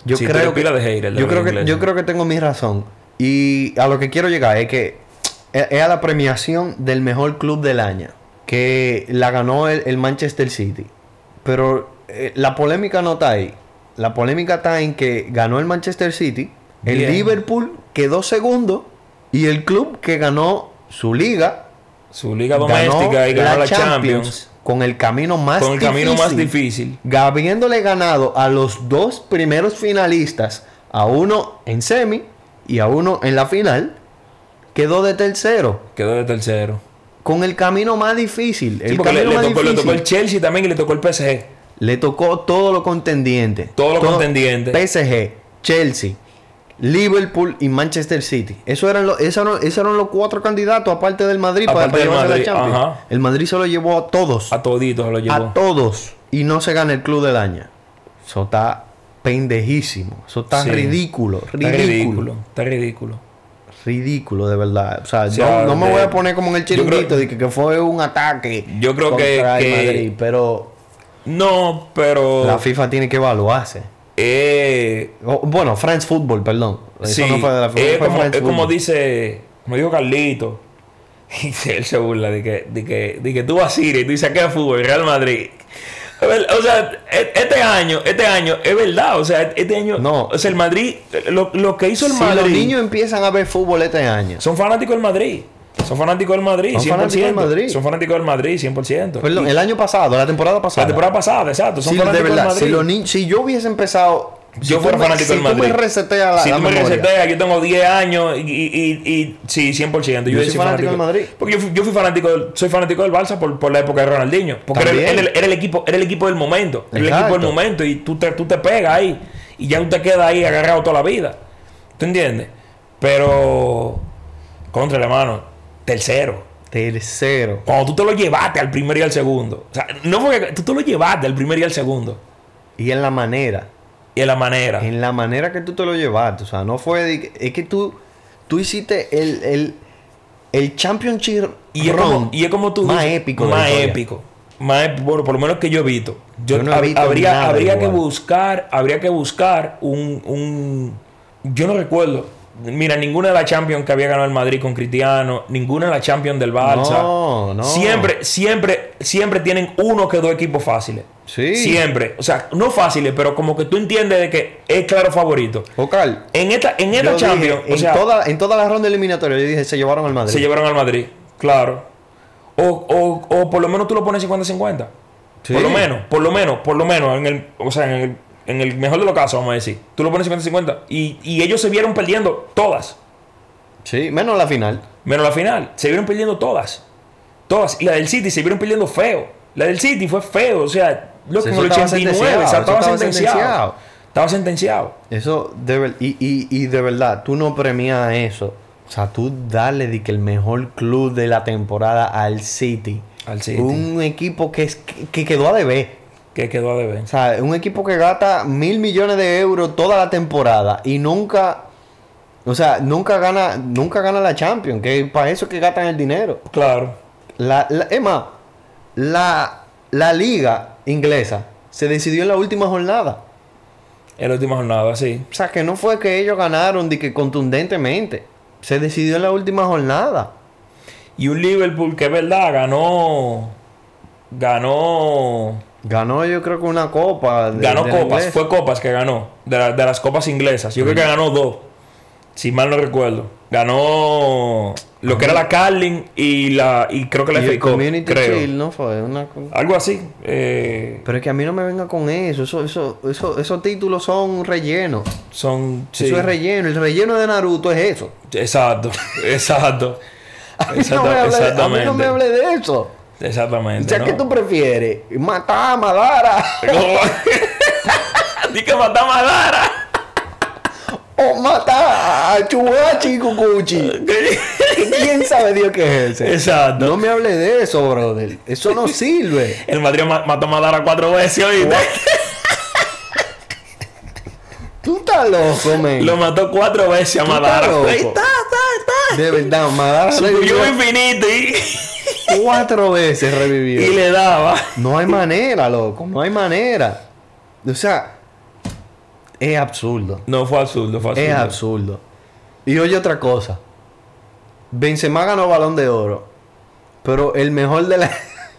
Yo
Sí, tú eres
creo que.
pila de hater de la
yo, creo
Liga
que
Inglesa.
yo creo que tengo mi razón. Y a lo que quiero llegar es que es es a la premiación del mejor club del año, que la ganó el, el Manchester City. Pero eh, la polémica no está ahí. La polémica está en que ganó el Manchester City, el
Bien.
Liverpool quedó segundo y el club que ganó su liga
Su liga doméstica y ganó la, Champions.
con el camino más
con el camino más difícil.
habiéndole ganado a los dos primeros finalistas, a uno en semi y a uno en la final, quedó de tercero.
Quedó de tercero.
Con el camino más difícil.
Sí,
el
porque le,
camino
le
más
tocó, le tocó
difícil.
el Chelsea también y le tocó el PSG.
Le tocó todo lo contendiente.
Todo lo contendiente.
PSG, Chelsea, Liverpool y Manchester City. Eso eran los, esos eran, esos eran los cuatro candidatos, aparte del Madrid, para, para
Aparte del
llevarse
Madrid,
la Champions.
ajá.
El Madrid se lo llevó a todos.
A toditos lo llevó.
a todos y no se gana el club del año. Eso está pendejísimo. Eso está
Sí.
ridículo.
Está
Ridículo.
ridículo. Está ridículo.
Ridículo, de verdad. O sea,
Sí,
yo
ah,
no me
de-
voy a poner como en el
yo creo-
chiringuito de que, que fue un ataque.
Yo creo que-
contra el
que- Oh.
Madrid, pero
No, pero.
la FIFA tiene que evaluarse.
eh,
O- bueno, France Football, perdón. Eso
sí,
no fue de la FIFA.
es
fue
como,
France
es como
Football.
dice. Como dijo Carlito. [LAUGHS] Y él se burla de que, de que, de que tú vas a ir y tú dices, ¿a ¿qué fútbol? Real Madrid. A ver, O sea, e- este año, este año, es verdad. O sea, este año.
No.
O sea, el Madrid. Lo, lo que hizo el
Si
Madrid.
los niños empiezan a ver fútbol este año.
Son fanáticos del Madrid. Son fanáticos del Madrid.
Son
100%.
fanáticos del Madrid.
Son fanáticos del Madrid, 100%.
Perdón, el año pasado, la temporada
La
pasada.
temporada pasada, exacto. Son
Sí, de
fanáticos del
verdad,
Madrid.
si, los niños- si yo hubiese empezado.
Yo
si
fuera
tú me-
fanático del
Si tú
Madrid.
me reseteas la,
si
la
tú me
memoria.
reseteas, yo tengo 10 años y, y- y- y- sí, 100%. Yo,
Yo soy fanático del Madrid.
Porque yo fui, yo fui fanático, del- soy fanático del Barça por, por la época de Ronaldinho. Porque era, el-
También.
era el, era el equipo, era el equipo del momento. Era el
Exacto.
equipo del momento y tú te, tú te pegas ahí y ya tú te quedas ahí agarrado toda la vida. ¿Tú entiendes? Pero, contra la mano, tercero.
Tercero.
Cuando tú te lo llevaste al primero y al segundo. O sea, no porque tú te lo llevaste al primero y al segundo.
Y en la manera.
Y a la manera.
En la manera que tú te lo llevaste. O sea, no fue. de que- es que tú. Tú hiciste el. El, el Championship
Y es,
run
como, y es como tú
Más
dices,
épico. de la
Más
historia.
épico. Más épico, por, por lo menos que yo he visto. Yo,
Yo no he
hab-
visto
habría,
nada
habría que
igual.
buscar, habría que buscar un, un- yo no recuerdo. Mira, ninguna de las Champions que había ganado el Madrid con Cristiano, ninguna de las Champions del Barça.
No, no.
Siempre, siempre, siempre tienen uno que dos equipos fáciles.
Sí.
Siempre. O sea, no fáciles, pero como que tú entiendes de que es claro favorito.
Ocal.
En esta, en esta
yo dije,
Champions, o
en,
sea,
toda, en toda la ronda eliminatoria, yo dije, se llevaron al Madrid.
se llevaron al Madrid, claro. O, o- o por lo menos tú lo pones 50-50.
Sí.
Por lo menos, por lo menos, por lo menos. En el, o sea, en el, en el mejor de los casos, vamos a decir. Tú lo pones 50-50. Y, y ellos se vieron perdiendo todas.
Sí, menos la final.
Menos la final. Se vieron perdiendo todas. Todas. Y la del City se vieron perdiendo feo. La del City fue feo. O sea, lo que
Eso
en el
estaba
89 o sea,
sentenciado,
estaba
eso estaba
sentenciado.
sentenciado.
Estaba sentenciado.
Eso, de ver- y, y, y de verdad, tú no premias eso O sea, tú dale de que el mejor club de la temporada al City.
Al City.
Un equipo que, es- que- que quedó a deber.
Que quedó a deber.
O sea, un equipo que gasta mil millones de euros toda la temporada y nunca. O sea, nunca gana, nunca gana la Champions, que para eso es que gastan el dinero.
Claro.
La, la- es más, la, la liga inglesa se decidió en la última jornada.
En la última jornada, sí.
O sea, que no fue que ellos ganaron de que contundentemente. Se decidió en la última jornada.
Y un Liverpool que es verdad, ganó. Ganó.
Ganó yo creo que una copa. de-
Ganó
de la
copas.
inglesa.
Fue copas que ganó. De, la- de las copas inglesas. Yo creo que ganó dos. Si mal no recuerdo. Ganó lo que era la Carling y la. Y creo que la
Y
FA
el
Cup,
Community
creo. Ah.
Shield, ¿no? Fue una co-
Algo así. eh,
Pero es que a mí no me venga con eso. Eso, eso, eso- esos títulos son relleno.
son. sí.
Eso es relleno. El relleno de Naruto es eso.
Exacto. [LAUGHS] Exacto.
A mí, no,
Exacta-
me hable, de- a mí no
exactamente.
me hable de eso. O
Exactamente.
sea,
¿no?
¿qué tú prefieres? Matar a Madara
Como- [LAUGHS] Di que matamos a Lara.
o matar a Chubachi y Cucuchi. ¿Quién sabe Dios qué es ese?
Exacto.
No me hable de eso, brother. Eso [LAUGHS] no sirve.
El Madrid ma- mató a Madara cuatro veces, ¿oíste?
Tú estás loco, men.
Lo mató cuatro veces a
estás
Madara.
loco.
Ahí está, está,
De verdad, Madara
está. Subió
revivió
infinito y,
cuatro veces revivió.
y le daba.
No hay manera, loco. No hay manera. O sea, es absurdo.
No fue absurdo, fue absurdo.
Es absurdo. Y oye otra cosa. Benzema ganó Balón de Oro. Pero el mejor de la...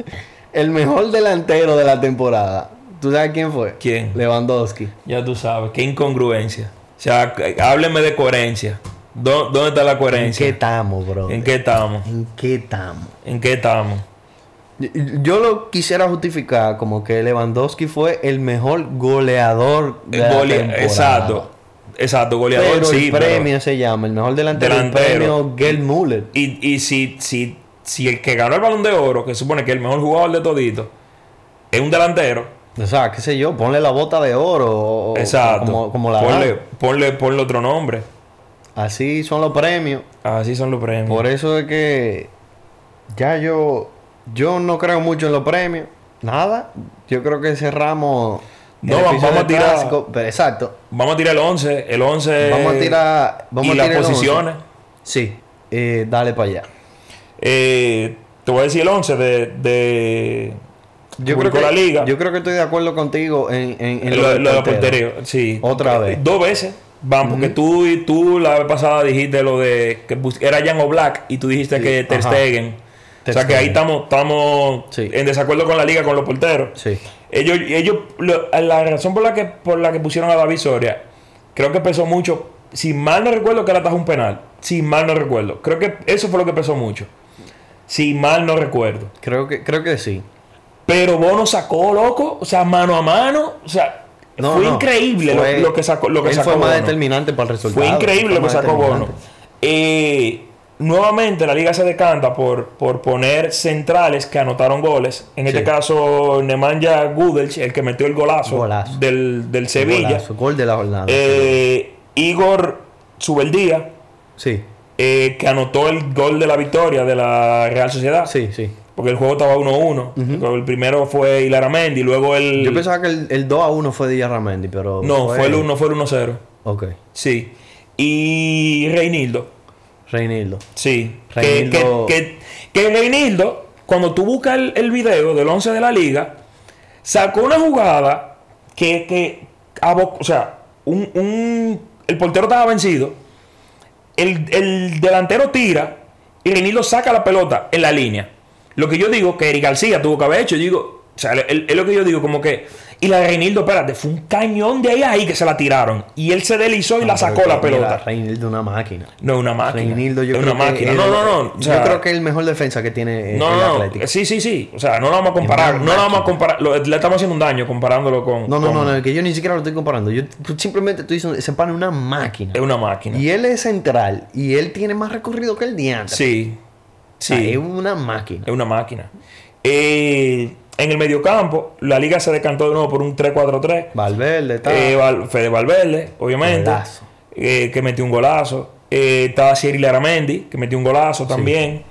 [LAUGHS] el mejor delantero de la temporada. ¿Tú sabes quién fue?
¿Quién?
Lewandowski.
Ya tú sabes, qué incongruencia. O sea, c- hábleme de coherencia. ¿Dó- ¿Dónde está la
¿En
coherencia?
qué estamos, bro?
¿En qué estamos?
¿En qué estamos?
¿En qué estamos?
Yo- Yo lo quisiera justificar como que Lewandowski fue el mejor goleador de la
Golea-
temporada.
Exacto. Exacto, goleador
Pero
sí.
el
pero-
premio se llama, el mejor delantero, el
Delantero.
premio Gerd Müller.
Y, y si, si, si el que ganó el balón de oro, que se supone que es el mejor jugador de todito, es un delantero,
O sea, qué sé yo, ponle la bota de oro o, o-
exacto.
como, como la
ponle,
dan.
ponle, ponle otro nombre.
Así son los premios.
Así son los premios.
Por e- eso es que ya yo yo no creo mucho en los premios. Nada. Yo creo que cerramos el
No, vamos
episodio
a tirar-
clásico. Pero exacto.
Vamos a tirar el 11. El 11.
Vamos a tirar. Vamos
Eh, y
a tirar el
las
once.
posiciones.
Sí. Eh, dale para allá.
Eh, te voy a decir el 11 de. de
Yo creo,
publicó
que,
la liga.
yo creo que estoy de acuerdo contigo en, en, en
lo,
del
lo de
portero.
portería, sí.
Otra vez.
Dos veces. Van, porque tú y tú la vez pasada dijiste lo de que bus- era Jan Black y tú dijiste
Sí,
que Ter
ajá.
Stegen.
Ter
o sea que
Stegen.
ahí estamos estamos
Sí.
en desacuerdo con la liga, con los porteros.
Sí.
Ellos, ellos lo- la razón por la que por la que pusieron a David Soria, creo que pesó mucho. Si mal no recuerdo que él atajó un penal. Si mal no recuerdo. Creo que eso fue lo que pesó mucho. Si mal no recuerdo.
Creo que, creo que sí.
Pero Bono sacó, loco. O sea, mano a mano. O sea,
No,
fue
no.
increíble lo-
Fue-
lo, que sacó. Lo que
él
sacó
fue más
Bono.
determinante para el resultado.
Fue increíble
Fue
lo
más
que sacó Bono.
determinante.
Eh, nuevamente la liga se decanta por, por poner centrales que anotaron goles. En este
Sí.
caso, Nemanja Gudelj, el que metió el golazo,
Golazo.
del, del Sevilla.
Golazo, Gol de la jornada.
Eh, Igor Subeldía,
sí,
eh, que anotó el gol de la victoria de la Real Sociedad.
sí, sí.
Porque el juego estaba 1-1. El primero fue Hilaramendi, luego el...
Yo pensaba que el, el 2 a 1 fue de Yarramendi, pero.
No, fue el 1, fue el 1-0.
Ok.
Sí. Y Reinildo.
Reinildo.
Sí. Que-
Reinildo-
Que, que, que Reinildo, cuando tú buscas el, el video del 11 de la liga, sacó una jugada que, que abo- o sea, un, un- el portero estaba vencido, el, el delantero tira y Reinildo saca la pelota en la línea. Lo que yo digo que Eric García tuvo que haber hecho, yo digo, o sea, es lo que yo digo, como que. Y la de Reinildo, espérate, fue un cañón de ahí a ahí que se la tiraron. Y él se deslizó y la sacó la pelota.
Reinildo, una máquina.
No, una máquina.
Reinildo, yo
Es
creo
una máquina.
que.
No,
es-
no, no. o sea,
yo creo que es el mejor defensa que tiene eh,
No,
el
no,
Atlético.
no. Sí, sí, sí. O sea, no lo vamos a comparar.
Es una
No lo vamos a
máquina.
comparar. lo- le estamos haciendo un daño comparándolo con.
No, no,
con-
no, no, que yo ni siquiera lo estoy comparando. Yo t- simplemente estoy diciendo, ese pana es una máquina.
Es una máquina.
Y él es central y él tiene más recorrido que el diantre.
Sí.
O sea,
Sí.
Ah, es una máquina.
Es una máquina. Eh, en el mediocampo, la liga se decantó de nuevo por un 3-4-3.
Valverde, tal.
Eh, Val- Fede Valverde, obviamente.
Ah. Golazo.
eh, que metió un golazo. Eh, estaba Cyril Aramendi, que metió un golazo también.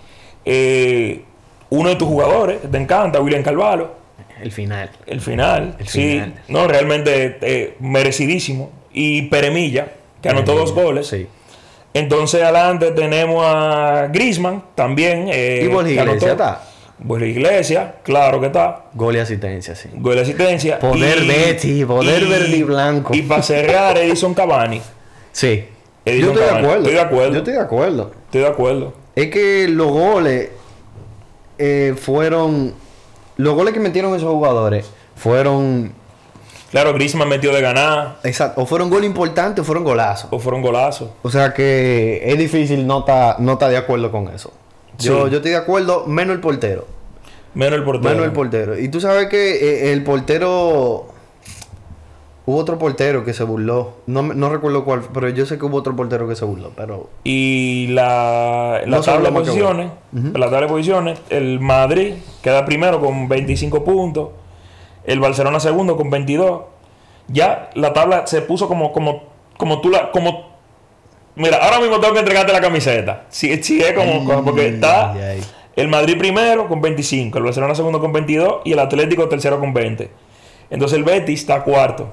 Eh, uno de tus jugadores, que te encanta, William Carvalho.
El final.
El final.
El
sí,
final.
no, realmente eh, merecidísimo. Y Peremilla, que anotó dos goles.
Sí.
Entonces adelante tenemos a Griezmann también. Eh,
Y Borja
que
Iglesias
anotó.
está.
Borja Iglesias, claro que está.
Gol y asistencia, sí.
Gol de asistencia.
Poder
Y-
Betis, poder verde y blanco.
Y para cerrar, Edison Cavani.
Sí. Yo
Edison
estoy de
Cavani.
acuerdo.
Estoy de acuerdo.
Yo estoy de acuerdo.
Estoy de acuerdo.
Es que los goles eh, fueron. Los goles que metieron esos jugadores fueron.
Claro, Griezmann metió de ganar.
Exacto. O fueron gol importante o fueron golazos.
O fueron golazos.
O sea que es difícil no estar no estar de acuerdo con eso. Yo,
Sí.
yo estoy de acuerdo, menos el portero.
Menos el portero.
Menos el portero. Y tú sabes que eh, el portero. Hubo otro portero que se burló. No, me- no recuerdo cuál, pero yo sé que hubo otro portero que se burló. Pero
Y la, la
No
tabla de
sabemos qué
posiciones. La tabla de posiciones. El Madrid queda primero con 25 puntos. El Barcelona segundo con 22. Ya la tabla se puso como, como, como tú la. Como, mira, ahora mismo tengo que entregarte la camiseta. Sí, sí, es como.
Ay,
como- porque está.
Mm, ay, ay.
El Madrid primero con 25, el Barcelona segundo con 22 y el Atlético tercero con 20. Entonces el Betis está cuarto.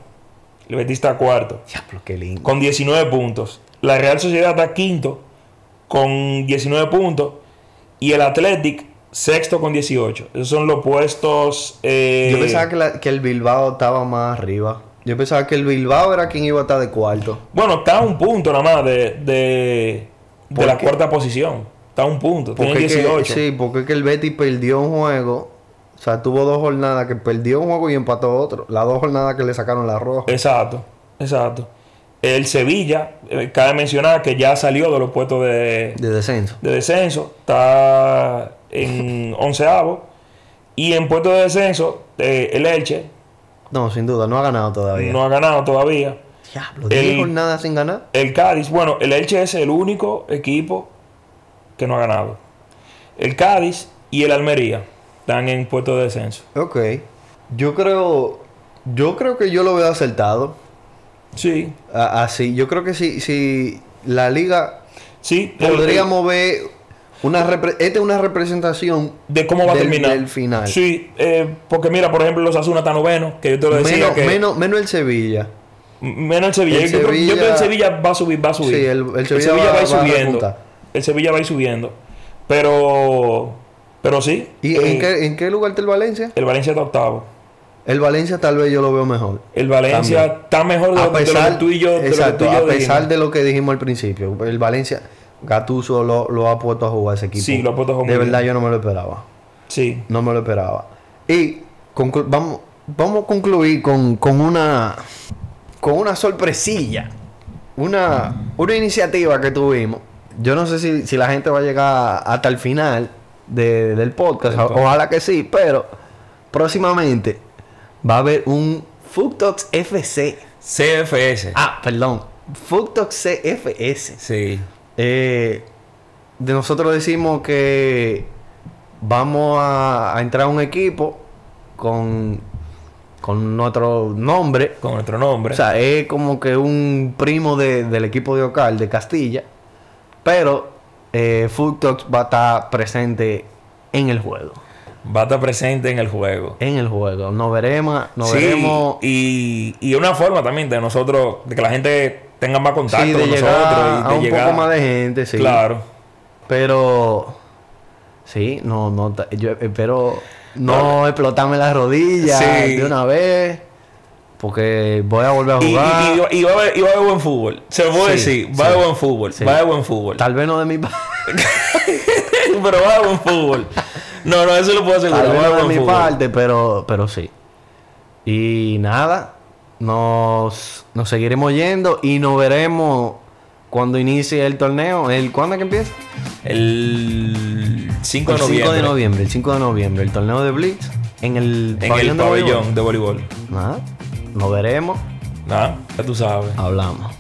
El Betis está cuarto
Diablo, qué lindo.
con 19 puntos. La Real Sociedad está quinto con 19 puntos. Y el Athletic sexto con 18. Esos son los puestos. eh,
Yo pensaba que, la- que el Bilbao estaba más arriba. Yo pensaba que el Bilbao era quien iba a estar de cuarto.
Bueno, está a un punto nada más de, de, de
¿Por
la
qué?
cuarta posición. Está a un punto. Tiene
Porque es que-
18.
sí, porque es que el Betis perdió un juego. O sea, tuvo dos jornadas que perdió un juego y empató otro. Las dos jornadas que le sacaron la
Eh,
roja.
Exacto, exacto. El Sevilla, eh, cabe mencionar que ya salió de los puestos de,
De descenso.
de descenso, está en onceavo. Y en puesto de descenso, eh, el Elche
No, sin duda, no ha ganado todavía.
no ha ganado todavía.
Diablo, 10
El-
jornadas sin ganar.
El Cádiz, bueno, el Elche es el único equipo que no ha ganado. El Cádiz y el Almería están en puesto de descenso.
Ok. Yo creo. Yo creo que yo lo veo acertado.
Sí,
A- Así. Yo creo que si, si la liga
sí. el-
podríamos ver una repre- esta es una representación
de cómo va a
del-
terminar.
del final.
Sí, eh, porque mira, por ejemplo, los Asuna está noveno, que yo te lo decía
menos,
que
menos, menos el Sevilla.
menos el Sevilla.
el
yo, creo- yo creo que
Sevilla-
el Sevilla va a subir, va a subir.
Sí, el- el Sevilla va- va a
subiendo.
repuntar.
El Sevilla va a ir subiendo. Pero pero sí.
¿Y
eh,
en, qué, en qué lugar está el Valencia?
el Valencia está octavo.
El Valencia tal vez yo lo veo mejor.
El Valencia
También.
está mejor de,
A
lo- de lo
pesar,
que tú y yo, de lo que
exacto,
tú y yo
a pesar
dijimos.
de lo que dijimos al principio. El Valencia, Gatuso lo, lo ha puesto a jugar ese equipo.
Sí, lo ha puesto a jugar
De
muy
verdad
bien.
yo no me lo esperaba.
Sí.
No me lo esperaba. Y conclu- vamos, vamos a concluir con, con una con una sorpresilla. Una, una iniciativa que tuvimos. Yo no sé si, si la gente va a llegar hasta el final de- del podcast. O- Ojalá que sí, pero próximamente va a haber un Food Talks FC.
CFS.
Ah, perdón. Food Talks CFS.
Sí.
Eh, de nosotros decimos que vamos a, a entrar a un equipo con, con nuestro nombre.
Con nuestro nombre.
O sea, es como que un primo de- del equipo de Ocal, de Castilla. Pero eh, Food Talks va a estar presente en el juego.
va a estar presente en el juego.
En el juego. Nos veremos, nos
Sí,
veremos.
Y, y una forma también de nosotros, de que la gente tenga más contacto
sí, de
con
llegar
nosotros y
a
de
un
llegar.
poco más de gente, sí.
Claro.
Pero sí, no, no, ta- yo espero no explotarme las rodillas
Sí.
de una vez. Porque voy a volver a
Y,
jugar.
y- y va a haber, y va a haber buen fútbol. Se lo puedo
Sí,
decir, va a
sí.
haber buen fútbol.
Sí.
Va a haber buen fútbol.
Tal vez no de mi parte.
[LAUGHS] pero va a haber buen fútbol. No, no, eso lo puedo asegurar.
Tal
Va a
vez no
haber
de mi
buen fútbol.
parte, pero, pero sí. Y nada, nos, nos seguiremos yendo y nos veremos cuando inicie el torneo. ¿El, ¿Cuándo es que empieza?
El 5 de
el 5
noviembre.
de noviembre. El 5 de noviembre, el torneo de Blitz en el
En el
de voleibol.
pabellón de voleibol.
Nada, nos veremos,
é né? Nada, ya tú sabes.
hablamos.